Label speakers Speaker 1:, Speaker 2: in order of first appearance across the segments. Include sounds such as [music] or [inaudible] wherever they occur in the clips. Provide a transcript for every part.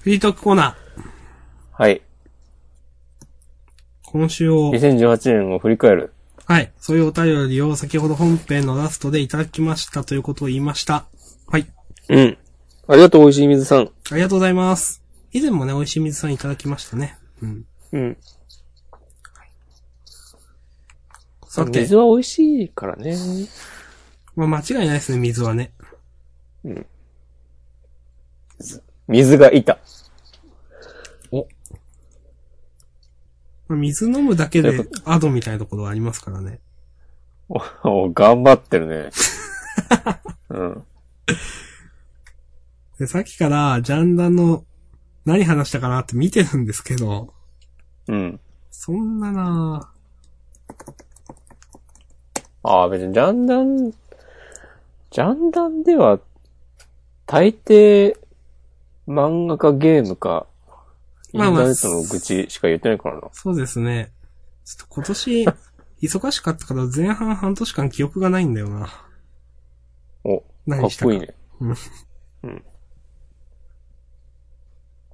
Speaker 1: フリートークコーナ
Speaker 2: はい。
Speaker 1: ー。今週を、
Speaker 2: 2018年を振り返る。
Speaker 1: はい。そういうお便りを先ほど本編のラストでいただきましたということを言いました。はい。
Speaker 2: うん。ありがとう、美味しい水さん。
Speaker 1: ありがとうございます。以前もね、美味しい水さんいただきましたね。うん。
Speaker 2: うん。
Speaker 1: さて
Speaker 2: 水、は美味しいからね。
Speaker 1: まあ、間違いないですね、水はね。
Speaker 2: 水がいた。
Speaker 1: まあ、水飲むだけ
Speaker 2: とい
Speaker 1: で
Speaker 2: うこ
Speaker 1: アドみたいなところはありますからね。
Speaker 2: お、お頑張ってるね。 [laughs] うん。
Speaker 1: で、さっきから、ジャンダンの何話したかなって見てるんですけど、
Speaker 2: うん。
Speaker 1: そんななぁ
Speaker 2: ああ、別に、ジャンダン、ジャンダンでは、大抵、漫画かゲームか、インタ
Speaker 1: まあ
Speaker 2: ー
Speaker 1: まあ
Speaker 2: ネットの愚痴しか言ってないからな。
Speaker 1: そうですね。ちょっと今
Speaker 2: [laughs]
Speaker 1: 年、忙しかったから前半半年間記憶がないんだよな。
Speaker 2: お、か
Speaker 1: 何
Speaker 2: っ
Speaker 1: したか
Speaker 2: こいいね
Speaker 1: うん。
Speaker 2: うん。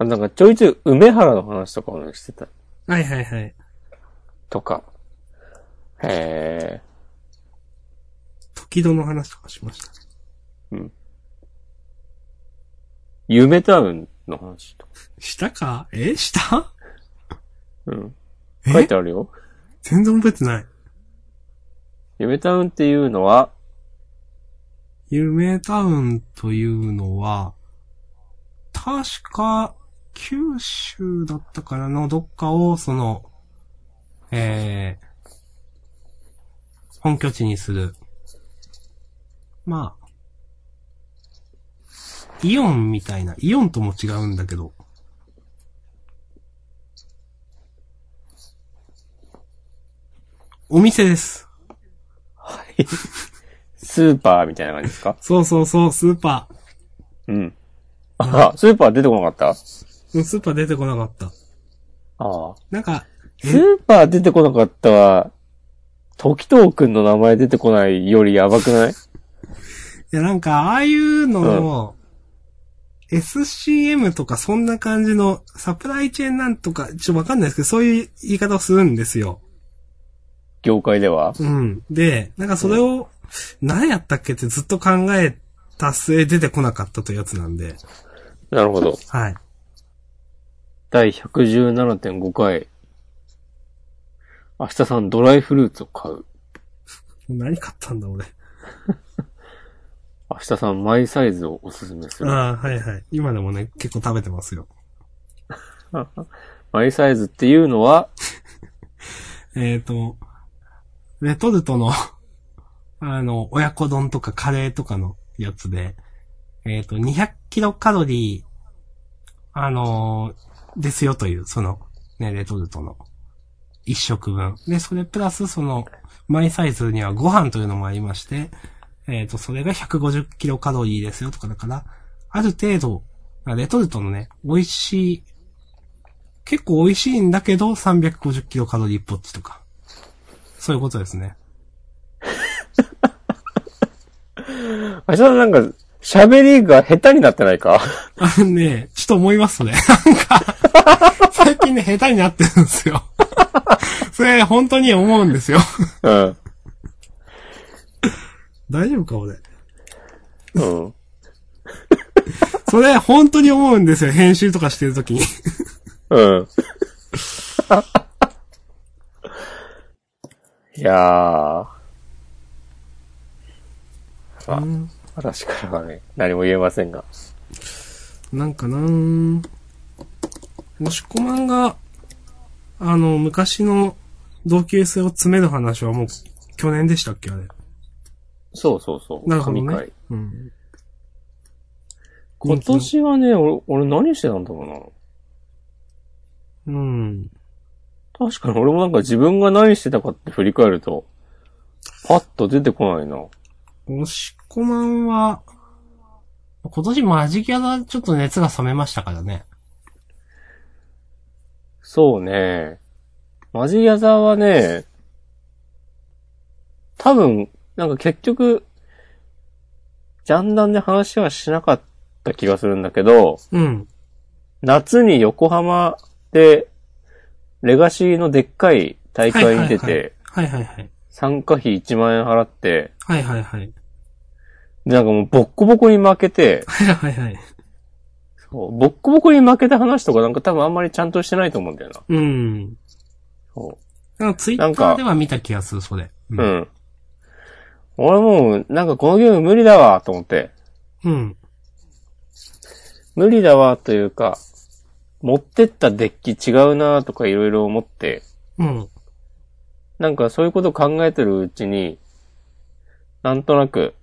Speaker 2: あ、なんかちょいちょい梅原の話とかもしてた。
Speaker 1: はいはいはい。
Speaker 2: とか。へえ。
Speaker 1: 時戸の話とかしました。
Speaker 2: 夢タウンの話とか。
Speaker 1: したかえした
Speaker 2: うん。
Speaker 1: え
Speaker 2: 書いてあるよ。
Speaker 1: 全然覚えてない。
Speaker 2: 夢タウンっていうのは、
Speaker 1: 夢タウンというのは、確か、九州だったからのどっかを、その、えー、本拠地にする。まあ、イオンみたいな、イオンとも違うんだけど、お店です。
Speaker 2: はい。スーパーみたいな感じですか
Speaker 1: そうそうそう、スーパー。
Speaker 2: [laughs] うん。あ、スーパー出てこなかった
Speaker 1: うんスーパー出てこなかった。
Speaker 2: ああ。
Speaker 1: なんか、
Speaker 2: スーパー出てこなかったは、時藤くんの名前出てこないよりやばく [laughs] ない
Speaker 1: いやなんか、ああいうのの、SCM とかそんな感じのサプライチェーンなんとか、ちょっとわかんないですけど、そういう言い方をするんですよ。
Speaker 2: 業界では。
Speaker 1: うん。で、なんかそれを、何やったっけってずっと考えた末出てこなかったというやつなんで、
Speaker 2: なるほど。
Speaker 1: はい。
Speaker 2: 第117.5回。明日さんドライフルーツを買う。
Speaker 1: 何買ったんだ俺。
Speaker 2: 明日さんマイサイズをおすすめする。
Speaker 1: ああ、はいはい。今でもね、結構食べてますよ。
Speaker 2: マイサイズっていうのは、
Speaker 1: えっ、と、レトルトの、 [laughs] あの、親子丼とかカレーとかのやつで、えっ、と、200キロカロリー、あのーですよという、その、ね、レトルトの、一食分。で、それプラス、その、マイサイズにはご飯というのもありまして、えっ、と、それが150キロカロリーですよとかだから、ある程度、レトルトのね、美味しい、結構美味しいんだけど、350キロカロリーポッチとか。そういうことですね。 [laughs]
Speaker 2: 明日さんなんか喋りが下手になってないか
Speaker 1: あのね、 [laughs] ちょっと思います、それ。なんか、最近ね、下手になってるんですよ。 [laughs] それ、本当に思うんですよ。 [laughs]
Speaker 2: うん。
Speaker 1: 大丈夫か、俺。
Speaker 2: うん。
Speaker 1: それ、本当に思うんですよ。編集とかしてるときに。
Speaker 2: うん。 [laughs] いやー、あ
Speaker 1: うん
Speaker 2: 私からはね、何も言えませんが。
Speaker 1: [laughs] なんかなーもしこまんが、あの、昔の同級生を詰める話はもう、去年でしたっけ、あれ。
Speaker 2: そうそうそう。
Speaker 1: なるほど
Speaker 2: 神
Speaker 1: ね
Speaker 2: 回。
Speaker 1: うん。
Speaker 2: 今年はね、俺、俺何してたんだろ
Speaker 1: うん。
Speaker 2: うな。確かに俺もなんか自分が何してたかって振り返ると、パッと出てこないな。
Speaker 1: 押し込まんは、今年マジギャラちょっと熱が冷めましたからね。
Speaker 2: そうね。マジヤザはね、多分、なんか結局、ジャンダンで話はしなかった気がするんだけど、
Speaker 1: うん。
Speaker 2: 夏に横浜で、レガシーのでっかい大会に出て、
Speaker 1: はいはいはい。
Speaker 2: 参加費1万円払って、
Speaker 1: はいはいはい。
Speaker 2: でなんかもうボッコボコに負けて、
Speaker 1: はいはいはい。
Speaker 2: そうボッコボコに負けた話とかなんか多分あんまりちゃんとしてないと思うんだよな。
Speaker 1: うん。
Speaker 2: そ
Speaker 1: なんかツイ
Speaker 2: な
Speaker 1: ッ
Speaker 2: ん
Speaker 1: ター
Speaker 2: か
Speaker 1: では見た気がする、それ。う
Speaker 2: う。う。ん。俺もう、なんかこのゲーム無理だわ、と思って。
Speaker 1: うん。
Speaker 2: 無理だわ、というか、持ってったデッキ違うな、とかいろいろ思って、
Speaker 1: うん。
Speaker 2: なんかそういうこと考えてるうちに、なんとなく、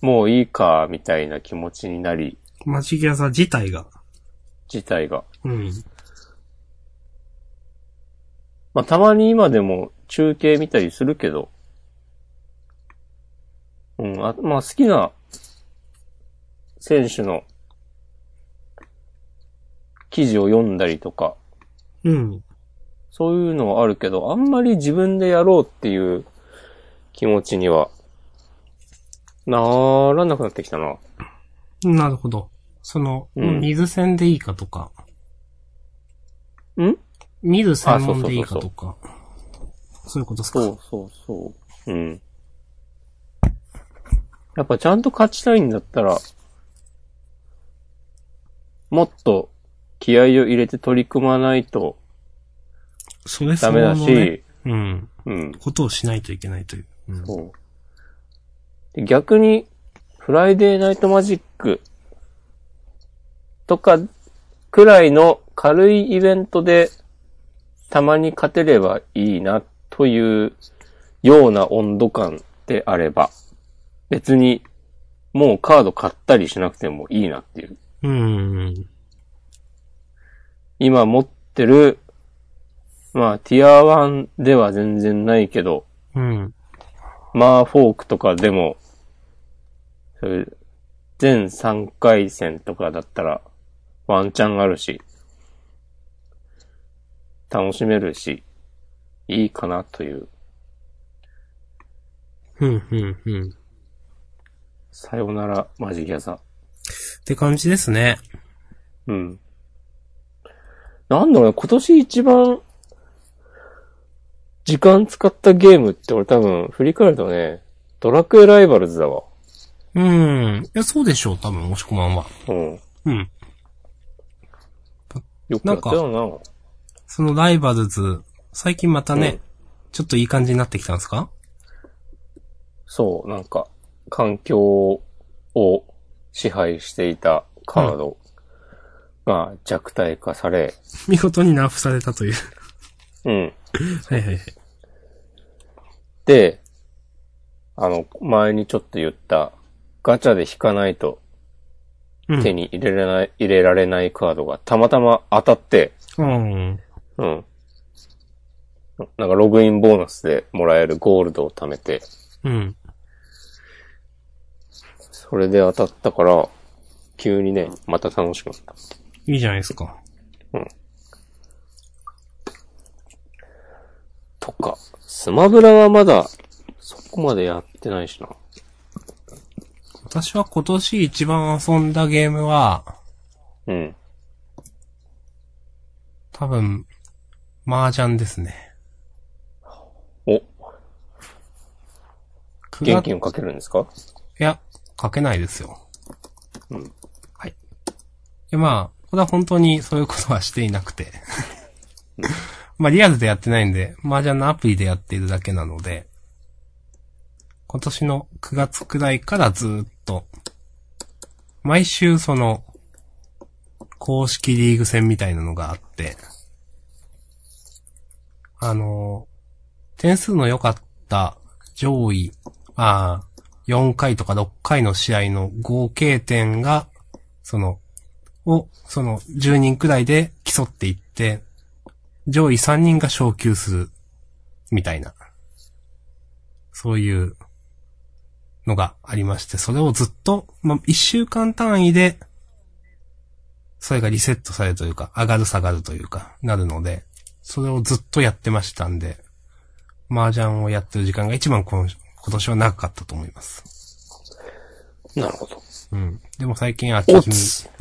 Speaker 2: もういいか、みたいな気持ちになり、
Speaker 1: マジギャザー自体が。
Speaker 2: 自体が。
Speaker 1: うん。
Speaker 2: まあ、たまに今でも中継見たりするけど、うん、あまあ、好きな選手の記事を読んだりとか、
Speaker 1: うん。
Speaker 2: そういうのはあるけど、あんまり自分でやろうっていう気持ちには、ならなくなってきたな。
Speaker 1: なるほど。その、
Speaker 2: うん
Speaker 1: 水線でいいかとか。
Speaker 2: ん
Speaker 1: 見る専門でいいか
Speaker 2: あそ
Speaker 1: と
Speaker 2: う
Speaker 1: か。そういうことですか。
Speaker 2: そうそうそう。うん。やっぱちゃんと勝ちたいんだったら、もっと気合を入れて取り組まないと
Speaker 1: それ
Speaker 2: ダ
Speaker 1: そ
Speaker 2: メだ
Speaker 1: の
Speaker 2: し、
Speaker 1: ね、うん。
Speaker 2: うん。
Speaker 1: ことをしないといけないという。うん
Speaker 2: そうで逆に、フライデーナイトマジックとかくらいの軽いイベントでたまに勝てればいいなというような温度感であれば、別にもうカード買ったりしなくてもいいなっていう。
Speaker 1: うん。
Speaker 2: 今持ってる、まあティア1では全然ないけど、
Speaker 1: うん。
Speaker 2: まあ、フォークとかでも、そういう、全3回戦とかだったら、ワンチャンあるし、楽しめるし、いいかなという、
Speaker 1: うん、うん、うん。っ
Speaker 2: さよならマジギャザ
Speaker 1: て感じですね。
Speaker 2: ー。うん。なんだろうね、今年一番、時間使ったゲームって俺多分、振り返るとね、ドラクエライバルズだわ。
Speaker 1: うん。いや、そうでしょう、多分、押し込まんは。
Speaker 2: うん。
Speaker 1: うん。
Speaker 2: よくやったよな。
Speaker 1: そのライバルズ、最近またね、
Speaker 2: うん
Speaker 1: ちょっといい感じになってきたんですか
Speaker 2: そう、なんか、環境を支配していたカードが弱体化され、
Speaker 1: 見事にナーフされたという。
Speaker 2: うん。
Speaker 1: はいはいはい。
Speaker 2: で、あの、前にちょっと言った、ガチャで引かないと
Speaker 1: うん。
Speaker 2: 手に入れられない、入れられないカードがたまたま当たって、
Speaker 1: うん。
Speaker 2: うん。なんかログインボーナスでもらえるゴールドを貯めて、
Speaker 1: うん。
Speaker 2: それで当たったから、急にね、また楽しくなった。
Speaker 1: いいじゃないですか。
Speaker 2: とか、スマブラはまだ、そこまでやってないしな。
Speaker 1: 私は今年一番遊んだゲームは、
Speaker 2: うん。
Speaker 1: 多分、麻雀ですね。
Speaker 2: お、
Speaker 1: 9
Speaker 2: 現
Speaker 1: 月、い
Speaker 2: 金をかけるんですか
Speaker 1: や、書けないですよ。
Speaker 2: うん。
Speaker 1: はい。で、まあ、これは本当にそういうことはしていなくて。 [laughs] まあ、リアルでやってないんで、麻雀のアプリでやっているだけなので、今年の9月くらいからずーっと、毎週その、公式リーグ戦みたいなのがあって、あのー点数の良かった上位、ああ、4回とか6回の試合の合計点が、その、を、その、10人くらいで競っていって、上位3人が昇級する、みたいな。そういうのがありまして、それをずっと、まあ、1週間単位で、それがリセットされるというか、上がる下がるというか、なるので、それをずっとやってましたんで、麻雀をやってる時間が一番今今年は長かったと思います。
Speaker 2: なるほど。
Speaker 1: うん。でも最近は秋
Speaker 2: お
Speaker 1: にで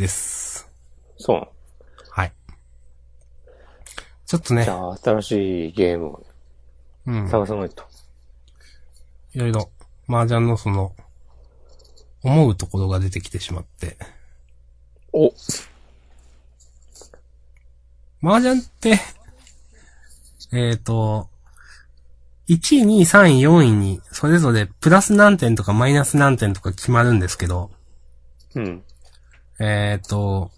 Speaker 1: す。
Speaker 2: そう。
Speaker 1: はい。ちょっとね
Speaker 2: じ、ゃあ、新しいゲームを
Speaker 1: うん。
Speaker 2: 探さないと。
Speaker 1: いろいろ、麻雀のその、思うところが出てきてしまって。
Speaker 2: お
Speaker 1: 麻雀って、 [laughs] えっ、と、1位、2位、3位、4位に、それぞれプラス何点とかマイナス何点とか決まるんですけど、
Speaker 2: うん。
Speaker 1: えっ、と、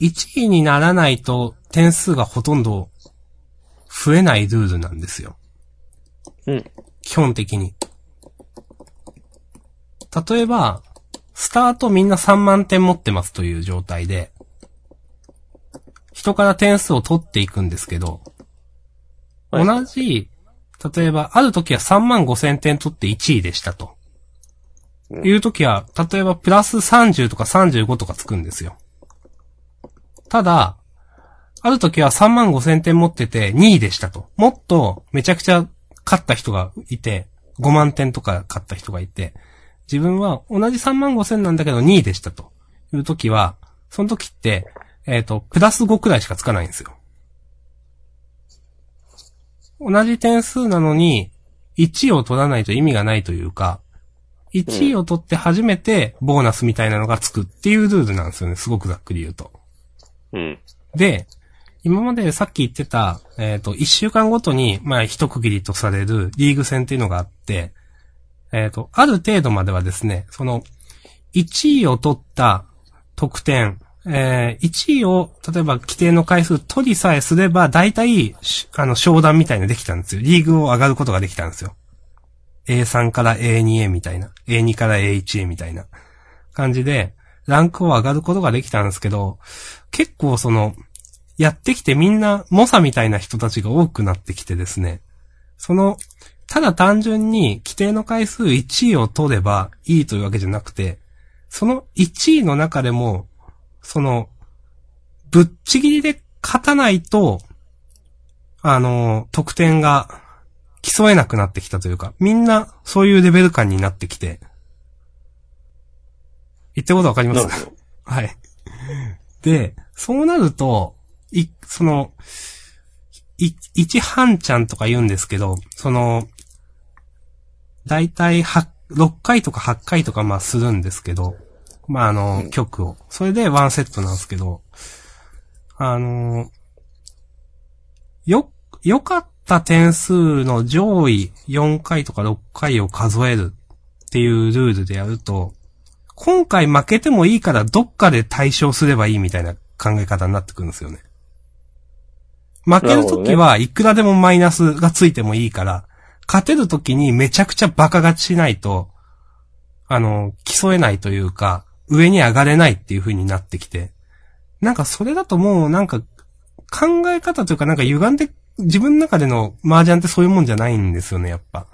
Speaker 1: 1位にならないと点数がほとんど増えないルールなんですよ。
Speaker 2: うん。
Speaker 1: 基本的に。例えば、スタートみんな3万点持ってますという状態で、人から点数を取っていくんですけど、
Speaker 2: はい
Speaker 1: 同じ、例えば、ある時は3万5千点取って1位でしたと。
Speaker 2: うん
Speaker 1: いう時は、例えばプラス30とか35とかつくんですよ。ただ、ある時は3万5千点持ってて2位でしたと。もっとめちゃくちゃ勝った人がいて、5万点とか勝った人がいて、自分は同じ3万5千なんだけど2位でしたという時は、その時って、えっ、と、プラス5くらいしかつかないんですよ。同じ点数なのに、1位を取らないと意味がないというか、1位を取って初めてボーナスみたいなのがつくっていうルールなんですよね。すごくざっくり言うと。
Speaker 2: うん。
Speaker 1: で、今までさっき言ってた、えっ、と、一週間ごとに、まあ、一区切りとされるリーグ戦っていうのがあって、えっ、と、ある程度まではですね、その、1位を取った得点、えー、1位を、例えば規定の回数取りさえすれば、大体、しあの、商談みたいなのできたんですよ。リーグを上がることができたんですよ。A3 から A2 へみたいな、A2 から A1 へみたいな感じで、ランクを上がることができたんですけど、結構その、やってきてみんな、猛者みたいな人たちが多くなってきてですね、その、ただ単純に規定の回数1位を取ればいいというわけじゃなくて、その1位の中でも、その、ぶっちぎりで勝たないと、あの、得点が競えなくなってきたというか、みんなそういうレベル感になってきて、言ってることわかりま
Speaker 2: な
Speaker 1: す
Speaker 2: るほど。
Speaker 1: はい。で、そうなると、い、その、い、一半ちゃんとか言うんですけど、その、だいたい8、6回とか8回とかまあするんですけど、まああの、
Speaker 2: うん
Speaker 1: 曲を。それでワンセットなんですけど、あの、よ、良かった点数の上位4回とか6回を数えるっていうルールでやると、今回負けてもいいからどっかで対勝すればいいみたいな考え方になってくるんですよね。負けるときはいくらでもマイナスがついてもいいから、勝てるときにめちゃくちゃバカ勝ちしないと、あの、競えないというか、上に上がれないっていう風になってきて、なんかそれだともうなんか考え方というかなんか歪んで、自分の中での麻雀ってそういうもんじゃないんですよね、やっぱ。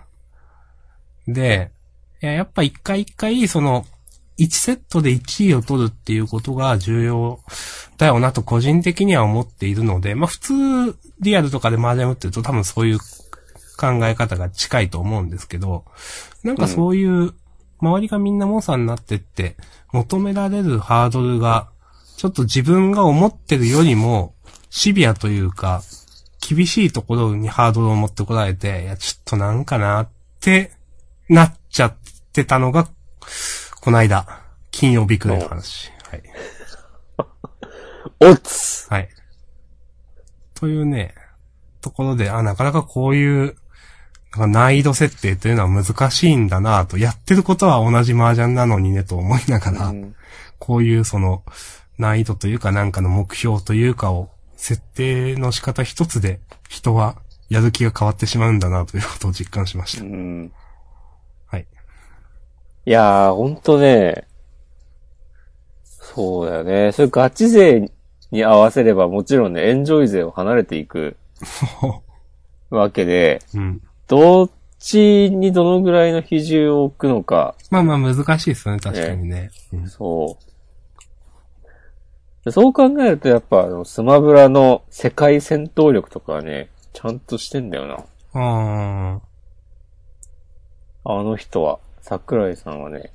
Speaker 1: で、いややっぱ一回一回、その、1セットで1位を取るっていうことが重要だよなと個人的には思っているので、まあ普通、リアルとかで麻雀打ってると多分そういう考え方が近いと思うんですけど、なんかそういう、周りがみんなモンさんになってって、求められるハードルが、ちょっと自分が思ってるよりも、シビアというか、厳しいところにハードルを持ってこられて、いや、ちょっとなんかなって、なっちゃってたのが、この間、金曜日くらいの話。はい。
Speaker 2: おつ
Speaker 1: はい。というね、ところで、あ、なかなかこういう、なんか難易度設定というのは難しいんだなぁと、やってることは同じ麻雀なのにねと思いながら、
Speaker 2: うん
Speaker 1: こういうその、難易度というかなんかの目標というかを、設定の仕方一つで、人はやる気が変わってしまうんだなということを実感しまし
Speaker 2: う
Speaker 1: た。
Speaker 2: ん。
Speaker 1: はい。
Speaker 2: いやー、ほんとね。そうだよね。それガチ勢に合わせればもちろんね、エンジョイ勢を離れていくわけで、
Speaker 1: [laughs] うん。
Speaker 2: どっちにどのぐらいの比重を置くのか、
Speaker 1: まあまあ難しいですよね、確かにね。うん
Speaker 2: そう。でそう考えるとやっぱあの、スマブラの世界戦闘力とかはね、ちゃんとしてんだよな。
Speaker 1: あ
Speaker 2: あの人は、桜井さんはね、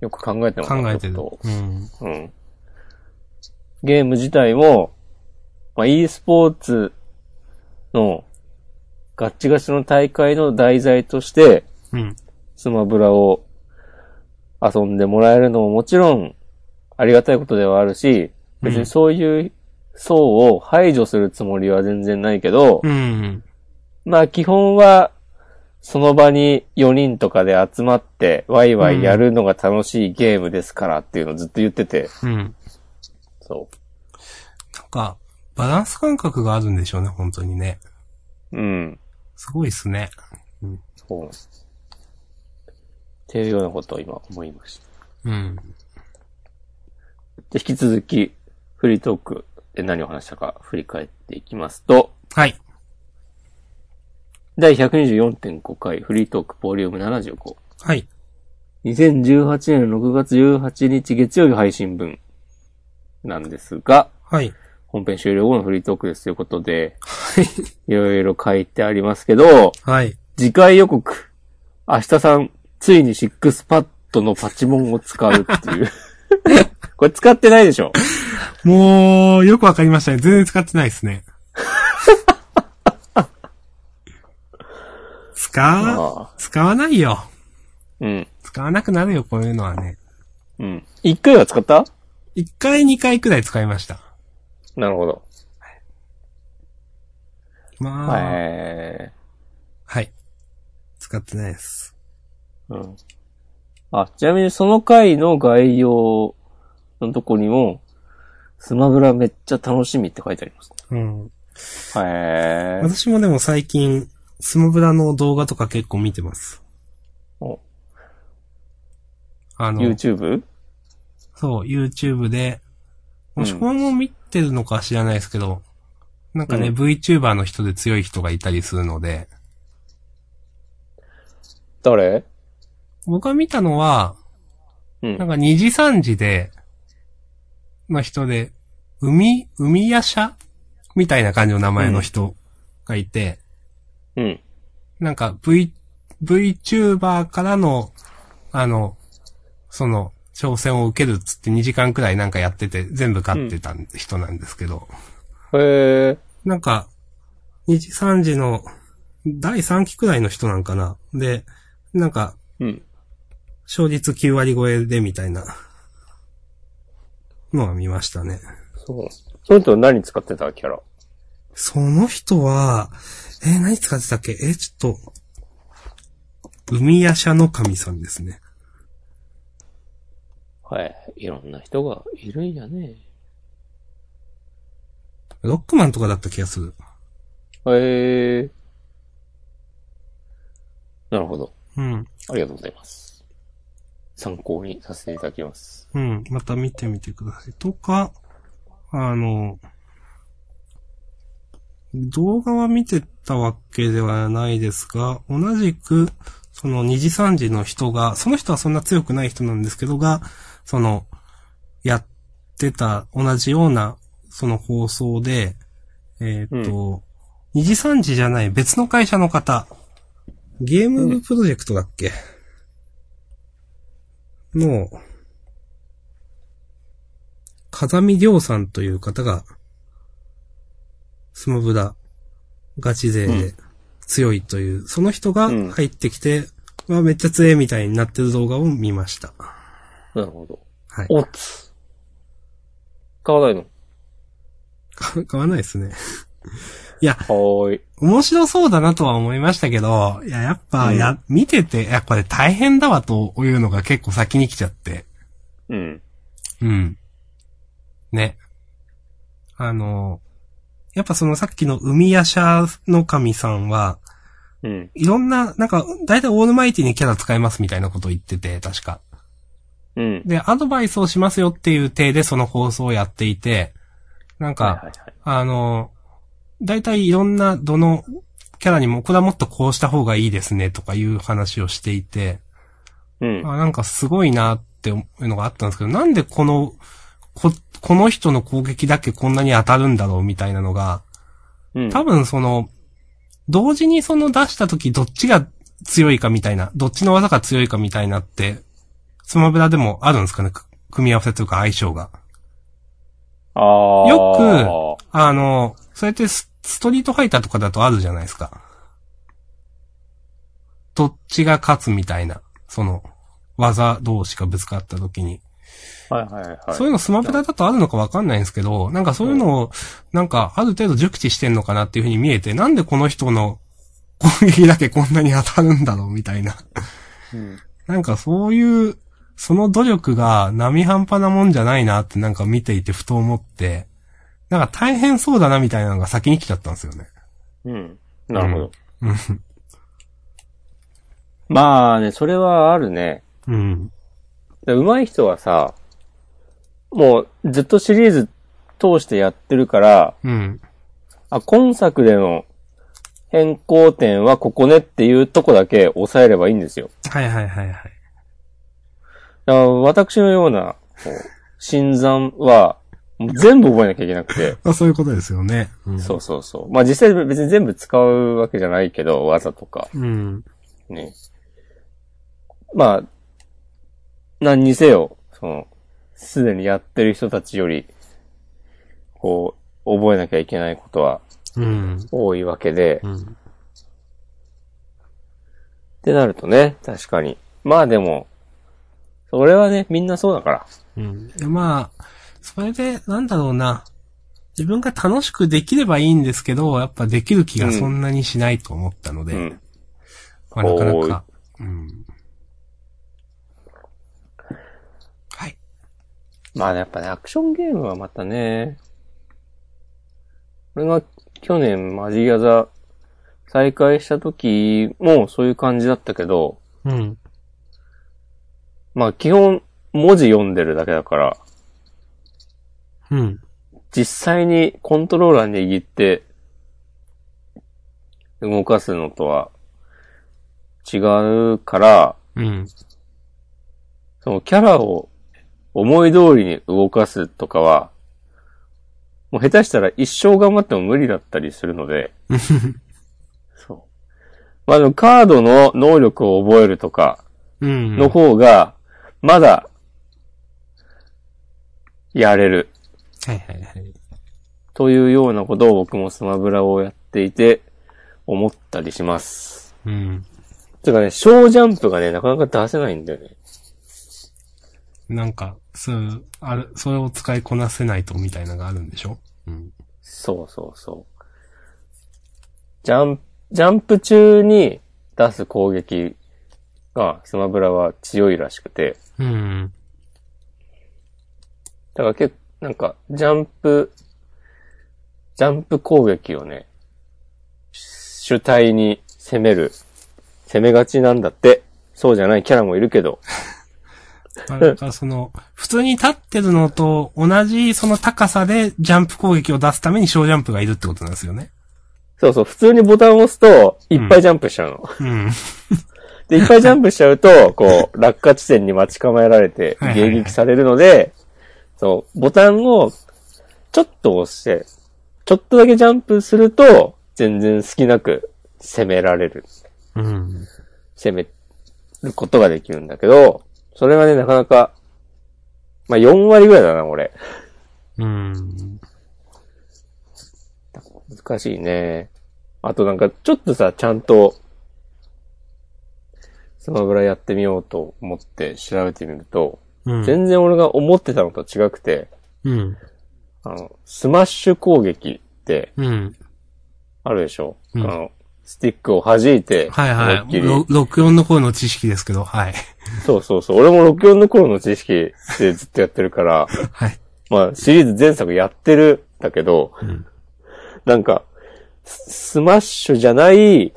Speaker 2: よく考えて
Speaker 1: ー
Speaker 2: も
Speaker 1: 考
Speaker 2: らっ
Speaker 1: えて
Speaker 2: たこ
Speaker 1: る
Speaker 2: とを。
Speaker 1: うん。
Speaker 2: うん。ゲーム自体も、まあ、e スポーツのガッチガチの大会の題材として、
Speaker 1: うん。
Speaker 2: スマブラを遊んでもらえるのももちろんありがたいことではあるし、別
Speaker 1: うん
Speaker 2: にそういう層を排除するつもりは全然ないけど、
Speaker 1: うん。
Speaker 2: まあ基本はその場に4人とかで集まってワイワイやるのが楽しいゲームですからっていうのをずっと言ってて、
Speaker 1: うん。なん
Speaker 2: そ
Speaker 1: か、バランス感覚があるんでしょうね、本当にね。
Speaker 2: う。うん。
Speaker 1: すごいっすね。
Speaker 2: そう。っていうようなことを今思いました。
Speaker 1: うん。
Speaker 2: で引き続き、フリートークで何を話したか振り返っていきますと、
Speaker 1: はい。
Speaker 2: 第124.5回フリートークボリューム75。
Speaker 1: はい。
Speaker 2: 2018年6月18日月曜日配信分なんですが、
Speaker 1: はい。 [laughs]
Speaker 2: 本編終了後のフリートークですということで、いろいろ書いてありますけど、
Speaker 1: はい。
Speaker 2: 次回予告、明日さん、ついにシックスパッドのパチモンを使うっていう。 [laughs] これ使ってないでしょ
Speaker 1: もう、よくわかりましたね。全然使ってないですね。 [laughs] 使う
Speaker 2: ああ
Speaker 1: 使わないよ。
Speaker 2: うん。
Speaker 1: 使わなくなるよ、こういうのはね。
Speaker 2: うん。一回は使った
Speaker 1: 一回、二回くらい使いました。
Speaker 2: なるほど。
Speaker 1: まあ、はい。
Speaker 2: え
Speaker 1: 使ってないです。
Speaker 2: ーうん。あ、ちなみにその回の概要のとこにも、スマブラめっちゃ楽しみって書いてあります。
Speaker 1: うん。
Speaker 2: へー
Speaker 1: 私もでも最近、スマブラの動画とか結構見てます。
Speaker 2: お
Speaker 1: あの、
Speaker 2: YouTube?
Speaker 1: そう、YouTube で、もし
Speaker 2: うん
Speaker 1: これも見てるのか知らないですけど、なんかね、
Speaker 2: うん
Speaker 1: VTuber の人で強い人がいたりするので、
Speaker 2: 誰
Speaker 1: 僕が見たのは、
Speaker 2: うん
Speaker 1: なん。か2時3時で、の人で、海、海やしゃみたいな感じの名前の人がいて、
Speaker 2: うん。
Speaker 1: なんか V、VTuber からの、あの、その、挑戦を受けるっつって2時間くらいなんかやってて、全部勝ってた人なんですけど、
Speaker 2: へー
Speaker 1: なんか、2時3時の、第3期くらいの人なんかな。で、なんか、
Speaker 2: うん。
Speaker 1: 勝率9割超えでみたいな、のは見ましたね。
Speaker 2: そう。その人何使ってたキャラ。
Speaker 1: その人は、えー何使ってたっけえーちょっと、海や社の神さんですね。
Speaker 2: はい。いろんな人がいるんやね。
Speaker 1: ロックマンとかだった気がする。
Speaker 2: へーなるほど。
Speaker 1: うん。
Speaker 2: ありがとうございます。参考にさせていただきます。
Speaker 1: うん。また見てみてください。とか、あの、動画は見てたわけではないですが、同じく、その二次三次の人が、その人はそんな強くない人なんですけどが、その、やってた同じような、その放送で、えーっと、二次三次じゃない別の会社の方、ゲーム部プロジェクトだっけ、の、風見亮さんという方が、スマブラ、ガチ勢
Speaker 2: う
Speaker 1: で強いという、その人が
Speaker 2: うん
Speaker 1: 入ってきて、まあめっちゃ強いみたいになってる動画を見ました。
Speaker 2: なるほど。
Speaker 1: はい。
Speaker 2: おつ。買わないの
Speaker 1: 買買わないですね。いや、
Speaker 2: はーい。
Speaker 1: 面白そうだなとは思いましたけど、いや、やっぱ、
Speaker 2: うん
Speaker 1: や、見てて、いや、これ大変だわというのが結構先に来ちゃって。
Speaker 2: うん。
Speaker 1: うん。ね。あの、やっぱそのさっきの海やしゃの神さんは、
Speaker 2: うん。
Speaker 1: いろんな、なんか、だいたいオールマイティにキャラ使えますみたいなことを言ってて、確か。
Speaker 2: うん。
Speaker 1: で、アドバイスをしますよっていう体でその放送をやっていて、なんか、
Speaker 2: はいはいはい。
Speaker 1: あの、大体いろんな、どのキャラにも、これはもっとこうした方がいいですね、とかいう話をしていて、
Speaker 2: うん。
Speaker 1: あなんかすごいなっていうのがあったんですけど、なんでこの、こ、この人の攻撃だけこんなに当たるんだろうみたいなのが、
Speaker 2: うん。
Speaker 1: 多分その、同時にその出した時どっちが強いかみたいな、どっちの技が強いかみたいなって、スマブラでもあるんですかね、く組み合わせというか相性が。
Speaker 2: ああ。
Speaker 1: よあの、それってスストリートファイターとかだとあるじゃないですか。どっちが勝つみたいな、その、技同士がぶつかった時に。
Speaker 2: く、はいはいはい。
Speaker 1: そういうのスマブラだとあるのかわかんないんですけど、なんかそういうのを、なんかある程度熟知してんのかなっていうふうに見えて、なんでこの人の攻撃だけこんなに当たるんだろうみたいな。 [laughs]
Speaker 2: うん
Speaker 1: なんかそういう、その努力が並半端なもんじゃないなってなんか見ていてふと思って、なんか大変そうだなみたいなのが先に来ちゃったんですよね。
Speaker 2: うん。なるほど。
Speaker 1: うん
Speaker 2: [laughs] まあね、それはあるね。
Speaker 1: うん。
Speaker 2: で上手い人はさ、もうずっとシリーズ通してやってるから、
Speaker 1: うん。
Speaker 2: あ、今作での変更点はここねっていうとこだけ抑えればいいんですよ。
Speaker 1: はいはいはいはい。
Speaker 2: だから私のような、こう、新参は、もう全部覚えなきゃいけなくて。
Speaker 1: まあそういうことですよね。うん。
Speaker 2: そうそうそう。まあ実際別に全部使うわけじゃないけど、技とか。
Speaker 1: うん。
Speaker 2: ね。まあ、何にせよ、その、すでにやってる人たちより、こう、覚えなきゃいけないことは
Speaker 1: うん。
Speaker 2: 多いわけで、
Speaker 1: う
Speaker 2: っ
Speaker 1: ん。
Speaker 2: てなるとね、確かに。まあでも、それはね、みんなそうだから。
Speaker 1: うん。でまあ、それで、なんだろうな。自分が楽しくできればいいんですけど、やっぱできる気がそんなにしないと思ったので、
Speaker 2: うん。
Speaker 1: まあなかな
Speaker 2: おー
Speaker 1: か。うん。はい。
Speaker 2: まあやっぱね、アクションゲームはまたね、俺が去年マジギャザ再開した時もそういう感じだったけど、
Speaker 1: うん。
Speaker 2: まあ基本文字読んでるだけだから、
Speaker 1: うん。
Speaker 2: 実際にコントローラー握って動かすのとは違うから、
Speaker 1: うん。
Speaker 2: そのキャラを思い通りに動かすとかは、もう下手したら一生頑張っても無理だったりする
Speaker 1: [laughs]
Speaker 2: ので、そう。まあでもカードの能力を覚えるとか、
Speaker 1: うん。
Speaker 2: の方が、まだ、やれる。
Speaker 1: はいはいはい。
Speaker 2: というようなことを僕もスマブラをやっていて、思ったりします。
Speaker 1: うん。
Speaker 2: てかね、小ジャンプがね、なかなか出せないんだよね。
Speaker 1: なんか、そう、あれ、それを使いこなせないとみたいなのがあるんでしょうん。
Speaker 2: そうそうそう。ジャンプ、ジャンプ中に出す攻撃が、スマブラは強いらしくて、
Speaker 1: うん。
Speaker 2: だから結構、なんか、ジャンプ、ジャンプ攻撃をね、主体に攻める、攻めがちなんだって。そうじゃないキャラもいるけど。
Speaker 1: なんかその、普通に立ってるのと同じその高さでジャンプ攻撃を出すために小ジャンプがいるってことなんですよね。
Speaker 2: そうそう、普通にボタンを押すと、いっぱいジャンプしちゃうの。
Speaker 1: うん。
Speaker 2: で、いっぱいジャンプしちゃうと、こう、落下地点に待ち構えられて
Speaker 1: はい、はいはい
Speaker 2: 迎撃されるので、そう、ボタンを、ちょっと押して、ちょっとだけジャンプすると、全然隙なく攻められる。
Speaker 1: うん。
Speaker 2: 攻めることができるんだけど、それはね、なかなか、まあ、4割ぐらいだな、俺。
Speaker 1: うん。
Speaker 2: 難しいね。あとなんか、ちょっとさ、ちゃんと、スマブラやってみようと思って調べてみると、
Speaker 1: うん。
Speaker 2: 全然俺が思ってたのと違くて、
Speaker 1: うん。
Speaker 2: あの、スマッシュ攻撃って
Speaker 1: うん。
Speaker 2: あるでしょ、
Speaker 1: うん
Speaker 2: あの、スティックを弾いて、
Speaker 1: はいは
Speaker 2: 思
Speaker 1: い。
Speaker 2: いっきり
Speaker 1: ろ64の頃の知識ですけど、はい。
Speaker 2: そうそうそう。俺も64の頃の知識でずっとやってるから、 [laughs]
Speaker 1: はい。
Speaker 2: まあ、シリーズ前作やってるんだけど、
Speaker 1: ん
Speaker 2: なんか、ススマッシュじゃない、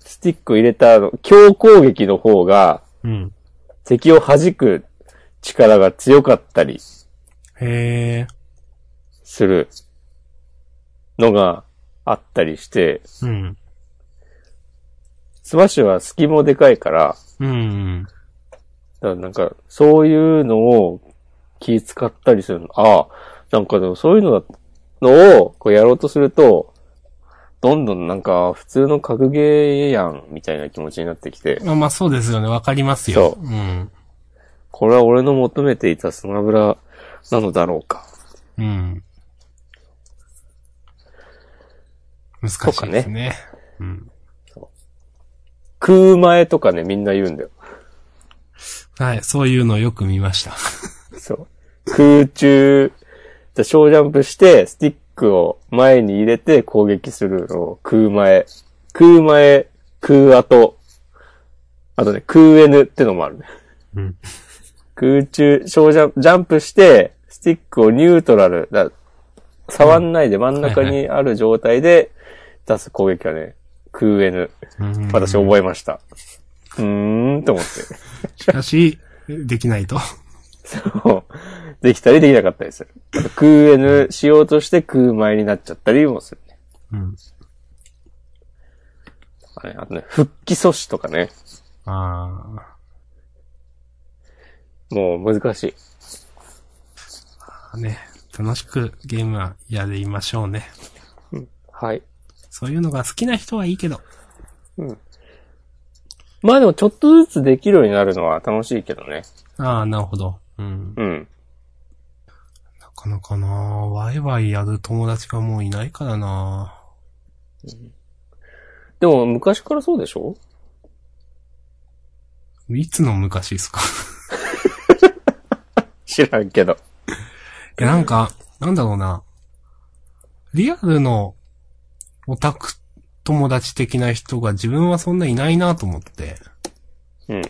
Speaker 2: スティック入れた、あの強攻撃の方が、
Speaker 1: うん。
Speaker 2: 敵を弾く力が強かったり
Speaker 1: へえ。
Speaker 2: するのがあったりして、
Speaker 1: うん。
Speaker 2: スマッシュは隙もでかいから、
Speaker 1: うん。
Speaker 2: だからなんか、そういうのを気使ったりするの。ああ、なんかでもそういうのだのをこうやろうとすると、どんどんなんか普通の格ゲーやん、みたいな気持ちになってきて、
Speaker 1: まあまあそうですよね。わかりますよ。。
Speaker 2: そう
Speaker 1: うん。
Speaker 2: これは俺の求めていたスマブラなのだろうか。
Speaker 1: うんしいです
Speaker 2: とか
Speaker 1: ね。うん。
Speaker 2: 食う前とかね、みんな言うんだよ。
Speaker 1: はい、そういうのよく見ました。
Speaker 2: そう。空中、じゃあ小ジャンプして、スティックを前に入れて攻撃するのを空前。空前、空後。あとね、空 N ってのもあるね。
Speaker 1: うん。
Speaker 2: 空中、小ジャンプ、ジャンプして、スティックをニュートラル、だ触んないで真ん中にある状態で出す攻撃はね、空 N。
Speaker 1: うん
Speaker 2: 私覚えました。うーん、と思って。
Speaker 1: しかし、できないと。
Speaker 2: そう。 [laughs] できたりできなかったりする。あと空 N しようとして空前になっちゃったりもするね。
Speaker 1: うん。
Speaker 2: とかねあとね、復帰阻止とかね。
Speaker 1: あ
Speaker 2: もう難しい。
Speaker 1: あ、ね。楽しくゲームはやりましょうね。
Speaker 2: はい。
Speaker 1: そういうのが好きな人はいいけど。
Speaker 2: まあでもちょっとずつできるようになるのは楽しいけどね。
Speaker 1: ああ、なるほど。うん。
Speaker 2: うん。
Speaker 1: なかなかなワイワイやる友達がもういないからな
Speaker 2: でも昔からそうでしょ
Speaker 1: いつの昔ですか
Speaker 2: 知らんけど。
Speaker 1: いや、なんか、なんだろうな。リアルのオタク友達的な人が自分はそんないないなと思って。
Speaker 2: うん。